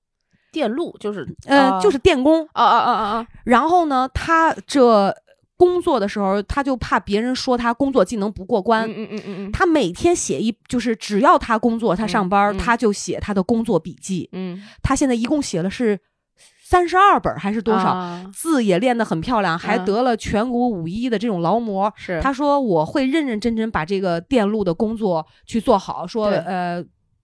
S1: 电路就是
S3: 呃，
S1: 啊
S3: 就是电工。
S1: 啊啊啊啊啊，
S3: 然后呢，他这工作的时候，他就怕别人说他工作技能不过
S1: 嗯
S3: 关。
S1: 嗯嗯嗯嗯
S3: 他每天写一，就是只要他工作，他上班儿，
S1: 嗯嗯
S3: 他就写他的工作笔记。
S1: 嗯，
S3: 他现在一共写了是三十二本儿还是多少？
S1: 啊
S3: 字也练得很漂亮，还
S1: 嗯
S3: 得了全国五一的这种劳模。
S1: 是
S3: 他说我会认认真真把这个电路的工作去做好。说
S1: 对
S3: 呃，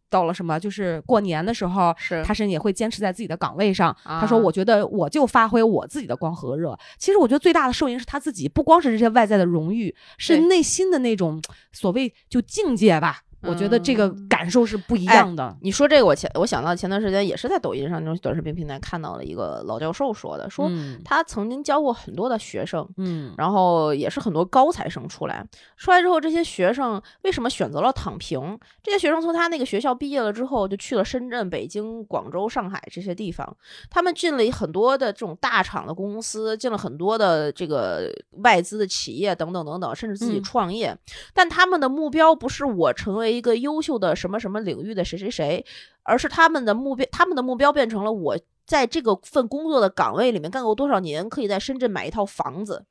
S3: 到了什么就是过年的时候，
S1: 是
S3: 他甚至也会坚持在自己的岗位上。他
S1: 啊
S3: 说：“我觉得我就发挥我自己的光和热。其实我觉得最大的受益是他自己，不光是这些外在的荣誉，是
S1: 对
S3: 内心的那种所谓就境界吧。我觉得这个感受是不一
S1: 哎
S3: 样的。
S1: 你说这个，我前我想到前段时间也是在抖音上那种短视频平台看到了一个老教授说的，说
S3: 嗯
S1: 他曾经教过很多的学生，
S3: 嗯
S1: 然后也是很多高材生出来，出来之后这些学生为什么选择了躺平？这些学生从他那个学校毕业了之后，就去了深圳、北京、广州、上海这些地方，他们进了很多的这种大厂的公司，进了很多的这个外资的企业等等等等，甚至自己
S3: 嗯
S1: 创业。但他们的目标不是我成为一个优秀的什么什么领域的谁谁谁，而是他们的目标，他们的目标变成了我在这个份工作的岗位里面干够多少年，可以在深圳买一套房子。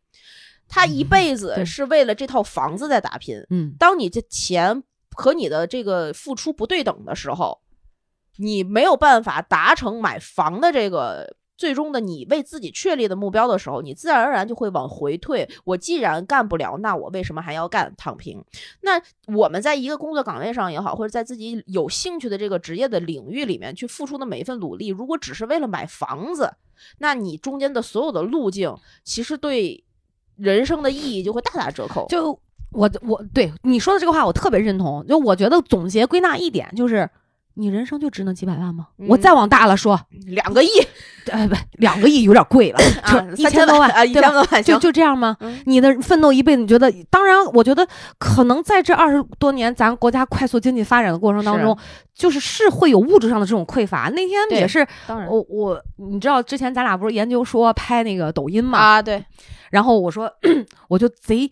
S1: 他一辈
S3: 对
S1: 子是为了这套房子在打拼。
S3: 嗯，
S1: 当你这钱和你的这个付出不对等的时候，你没有办法达成买房的这个最终的你为自己确立的目标的时候，你自然而然就会往回退。我既然干不了，那我为什么还要干？躺平。那我们在一个工作岗位上也好，或者在自己有兴趣的这个职业的领域里面去付出的每一份努力，如果只是为了买房子，那你中间的所有的路径，其实对人生的意义就会大打折扣。
S3: 就我我对你说的这个话，我特别认同。就我觉得总结归纳一点就是。”你人生就值那几百万吗？我
S1: 嗯
S3: 再往大了说，
S1: 两个亿，
S3: 呃，不，两个亿有点贵了，
S1: 啊
S3: 就，一
S1: 三
S3: 千
S1: 千
S3: 多万
S1: 啊，一
S3: 对
S1: 千
S3: 吧
S1: 多万
S3: 就
S1: 行，
S3: 就这样吗？
S1: 嗯
S3: 你的奋斗一辈子，你觉得？当然，我觉得可能在这二十多年咱国家快速经济发展的过程当中，就是是会有物质上的这种匮乏。那天
S1: 对
S3: 也是，
S1: 当
S3: 我我你知道之前咱俩不是研究说拍那个抖音嘛，
S1: 啊，对，
S3: 然后我说 *clears throat* 我就贼。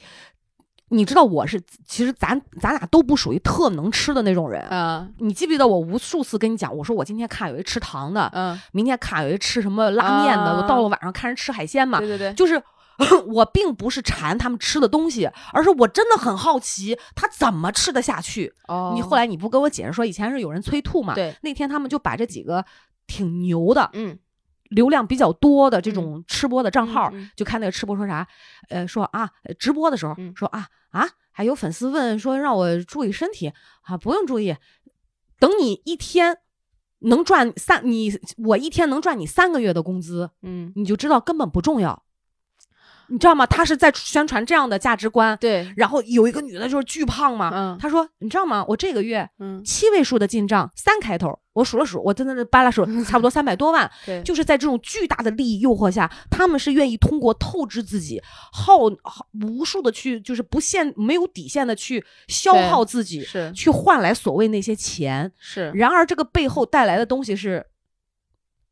S3: 你知道我是，其实咱咱俩都不属于特能吃的那种人。
S1: 嗯
S3: 你记不记得我无数次跟你讲，我说我今天看有一吃糖的，
S1: 嗯，
S3: 明天看有一吃什么拉面的，
S1: 啊
S3: 我到了晚上看人吃海鲜嘛，
S1: 对对对，
S3: 就是 *laughs* 我并不是馋他们吃的东西，而是我真的很好奇他怎么吃得下去。
S1: 哦
S3: 你后来你不跟我解释说以前是有人催吐嘛？
S1: 对，
S3: 那天他们就把这几个挺牛的、
S1: 嗯，
S3: 流量比较多的这种吃播的账号，
S1: 嗯嗯
S3: 就看那个吃播说啥，呃，说啊，呃直播的时候、
S1: 嗯
S3: 说啊啊，还有粉丝问说让我注意身体啊，不用注意，等你一天。能赚三你我一天能赚你三个月的工资，
S1: 嗯，
S3: 你就知道根本不重要，你知道吗？他是在宣传这样的价值观。
S1: 对，
S3: 然后有一个女的就是巨胖嘛，
S1: 嗯
S3: 她说你知道吗？我这个月
S1: 嗯，
S3: 七位数的进账，三开头，我数了数，我真的是扒
S1: *laughs*
S3: 拉数，差不多三百多万。
S1: 对，
S3: 就是在这种巨大的利益诱惑下，他们是愿意通过透支自己，耗耗无数的去，就是不限没有底线的去消
S1: 对
S3: 耗自己，
S1: 是
S3: 去换来所谓那些钱。
S1: 是，
S3: 然而，这个背后带来的东西是，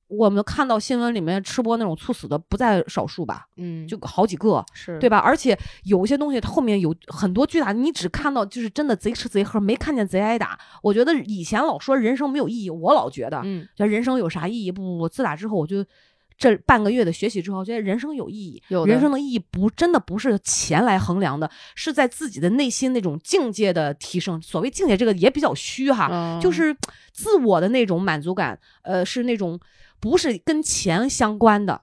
S3: 我们看到新闻里面吃播那种猝死的不在少数吧，
S1: 嗯，
S3: 就好几个，
S1: 是
S3: 对吧？而且有一些东西它后面有很多巨大，你只看到就是真的贼吃贼喝，没看见贼挨打。我觉得以前老说人生没有意义，我老觉得，
S1: 嗯，
S3: 觉得人生有啥意义？不不不，自打之后我就这半个月的学习之后，觉得人生有意义，
S1: 有的
S3: 人生的意义不真的不是钱来衡量的，是在自己的内心那种境界的提升。所谓境界，这个也比较虚哈，啊就
S1: 嗯
S3: 是自我的那种满足感，呃，是那种不是跟钱相关的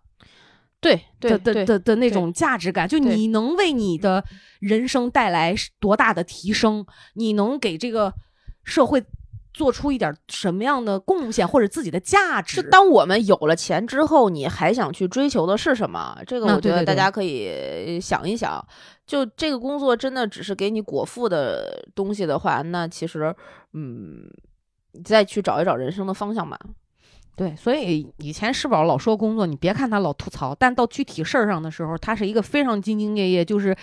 S1: 对对
S3: 的的的的那
S1: 对
S3: 种价值感，就
S1: 对嗯
S3: 你能为你的人生带来是多大的提升，你能给这个社会做出一点什么样的贡献或者自己的价值
S1: 就。当我们有了钱之后，你还想去追求的是什么？这个我
S3: 啊
S1: 觉
S3: 对
S1: 得
S3: 对
S1: 大
S3: 对
S1: 家可以想一想。就这个工作真的只是给你果腹的东西的话，那其实，嗯，你再去找一找人生的方向吧。 *laughs*
S3: 对，所以以前世宝老说工作，你别看他老吐槽，但到具体事儿上的时候，他是一个非常兢兢业业，就是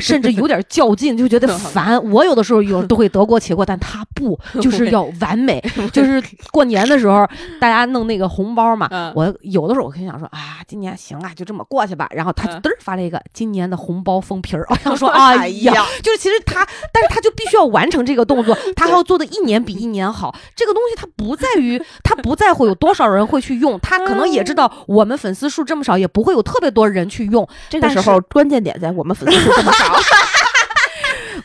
S3: 甚至有点较劲，就觉得烦。我有的时候有都会得过且过，但他不，就是要完美。就是过年的时候，大家弄那个红包嘛，
S1: 嗯
S3: 我有的时候我很想说啊，今年行啊，就这么过去吧。然后他就
S1: 嗯
S3: 嘚儿发了一个今年的红包封皮儿，我想说，哎呀，，就是其实他，但是他就必须要完成这
S1: *laughs*
S3: 个动作，他还要做的一年比一年好。这个东西它不在于， *laughs* 他不在乎有多少人会去用，他可能也知道我们粉丝数这么少，也不会有特别多人去用。
S1: 这个
S3: 但
S1: 时
S3: 是
S1: 候关键点在我们粉丝数这么少。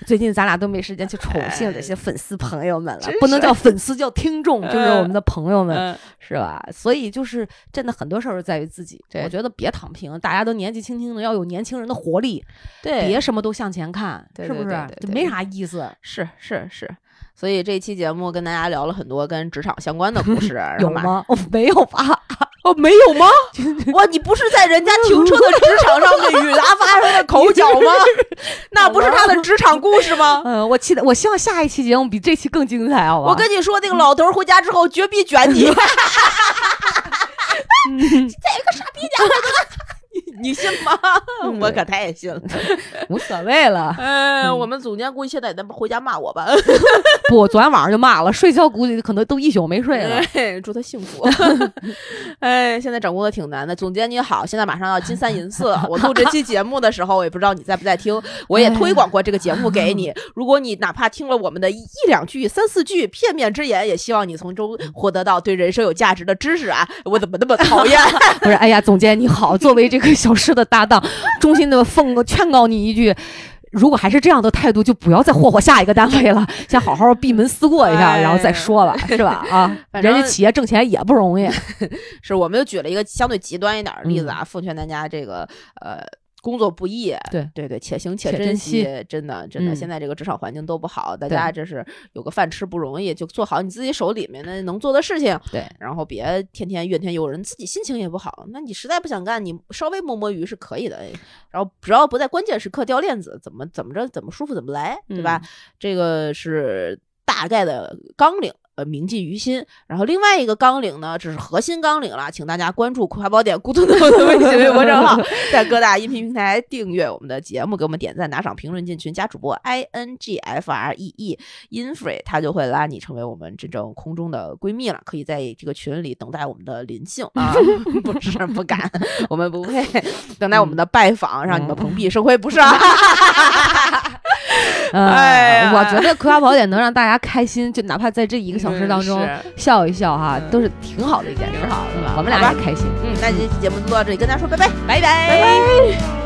S3: 最近咱俩都没时间去宠幸这些粉丝朋友们了
S1: 真，是
S3: 不能叫粉丝，叫听众，就是我们的朋友们，
S1: *laughs* 嗯，
S3: 是吧？所以就是真的很多事儿在于自己。
S1: 对
S3: 我觉得别躺平，大家都年纪轻轻的，要有年轻人的活力，
S1: 对，
S3: 别什么都向前看，
S1: 对
S3: 是不
S1: 对
S3: 是
S1: 对？对对
S3: 就没啥意思。
S1: 是是是。所以这期节目跟大家聊了很多跟职场相关的 *laughs* 故事，然后
S3: 有
S1: 马
S3: 吗？ *laughs* 哦，没有
S1: *laughs*
S3: 吧？
S1: 哦，没有 *laughs* 吗？哇，你不是在人家停车的职场上 *laughs* 面与他发生了口角 *laughs* 吗？那不是他的职场故事吗？
S3: 嗯，我期待，我希望下一期节目比这期更精彩，好吧？
S1: 我跟你说，那个老头儿回家之后绝逼卷 *laughs* 你， *laughs* 你信吗？我可太信了。
S3: 无所谓了。
S1: 哎，我们总监估计现在也在回家骂我吧。
S3: 不，我昨天晚上就骂了，睡觉估计可能都一宿没睡
S1: *laughs*
S3: 了。
S1: 哎，祝他幸
S3: *laughs*
S1: 福。哎，现在找工作挺难的。总监你好，现在马上要金三银四了。我录这期节目的时候，我也不知道你在不在听，我
S3: 哎
S1: 也推广过这个节目给
S3: *laughs*
S1: 你。如果你哪怕听了我们的一一两句、三四句片面之言，也希望你从中获得到对人生有价值的知识啊！我怎么那么讨厌？
S3: 不是，哎呀，总监你好，作为这个小诗的搭档，衷心的奉劝告你一句。如果还是这样的态度，就不要再霍霍下一个单位了，先好好闭门思过一下，
S1: 哎
S3: 然后再说吧，是吧？啊，
S1: *laughs* 反
S3: 人家
S1: 正
S3: 企业挣钱也不
S1: *laughs*
S3: 容易，
S1: 是我们又举了一个相对极端一点的例子啊，奉劝大家这个呃。工作不易，
S3: 对
S1: 对对，且行且
S3: 且
S1: 珍
S3: 珍
S1: 惜，
S3: 惜
S1: 真的真的，
S3: 嗯
S1: 现在这个职场环境都不好，大家这是有个饭吃不容易，就做好你自己手里面的能做的事情，
S3: 对，
S1: 然后别天天怨天尤人，自己心情也不好。那你实在不想干，你稍微摸摸鱼是可以的，哎然后只要不在关键时刻掉链子，怎么怎么着怎么舒服怎么来，对吧？这个是大概的纲领。呃，铭记于心。然后另外一个纲领呢，这是核心纲领了，请大家关注《葵花宝典》咕咚咚的微信、微博账号，在各大音频平台订阅我们的节目，给我们点赞、打赏、评论、进群，加主播 i n g f r e e infree，他就会拉你成为我们真正空中的闺蜜了。可以在这个群里等待我们的临幸啊， *laughs* 不是不敢，我们不会等待我们的拜访，让你们蓬荜生辉，不是啊？
S3: 嗯呃
S1: 哎呀
S3: 我觉得《葵花宝典》能让大家开心，就哪怕在这一个小时当中
S1: 嗯是
S3: 笑一笑哈
S1: 嗯，
S3: 都是挺好的一件事儿。
S1: 挺好的吧
S3: 我们
S1: 好
S3: 俩
S1: 吧
S3: 也开心。
S1: 嗯，那这期节目就到这里，跟大家说拜拜，拜拜，
S3: 拜
S1: 拜拜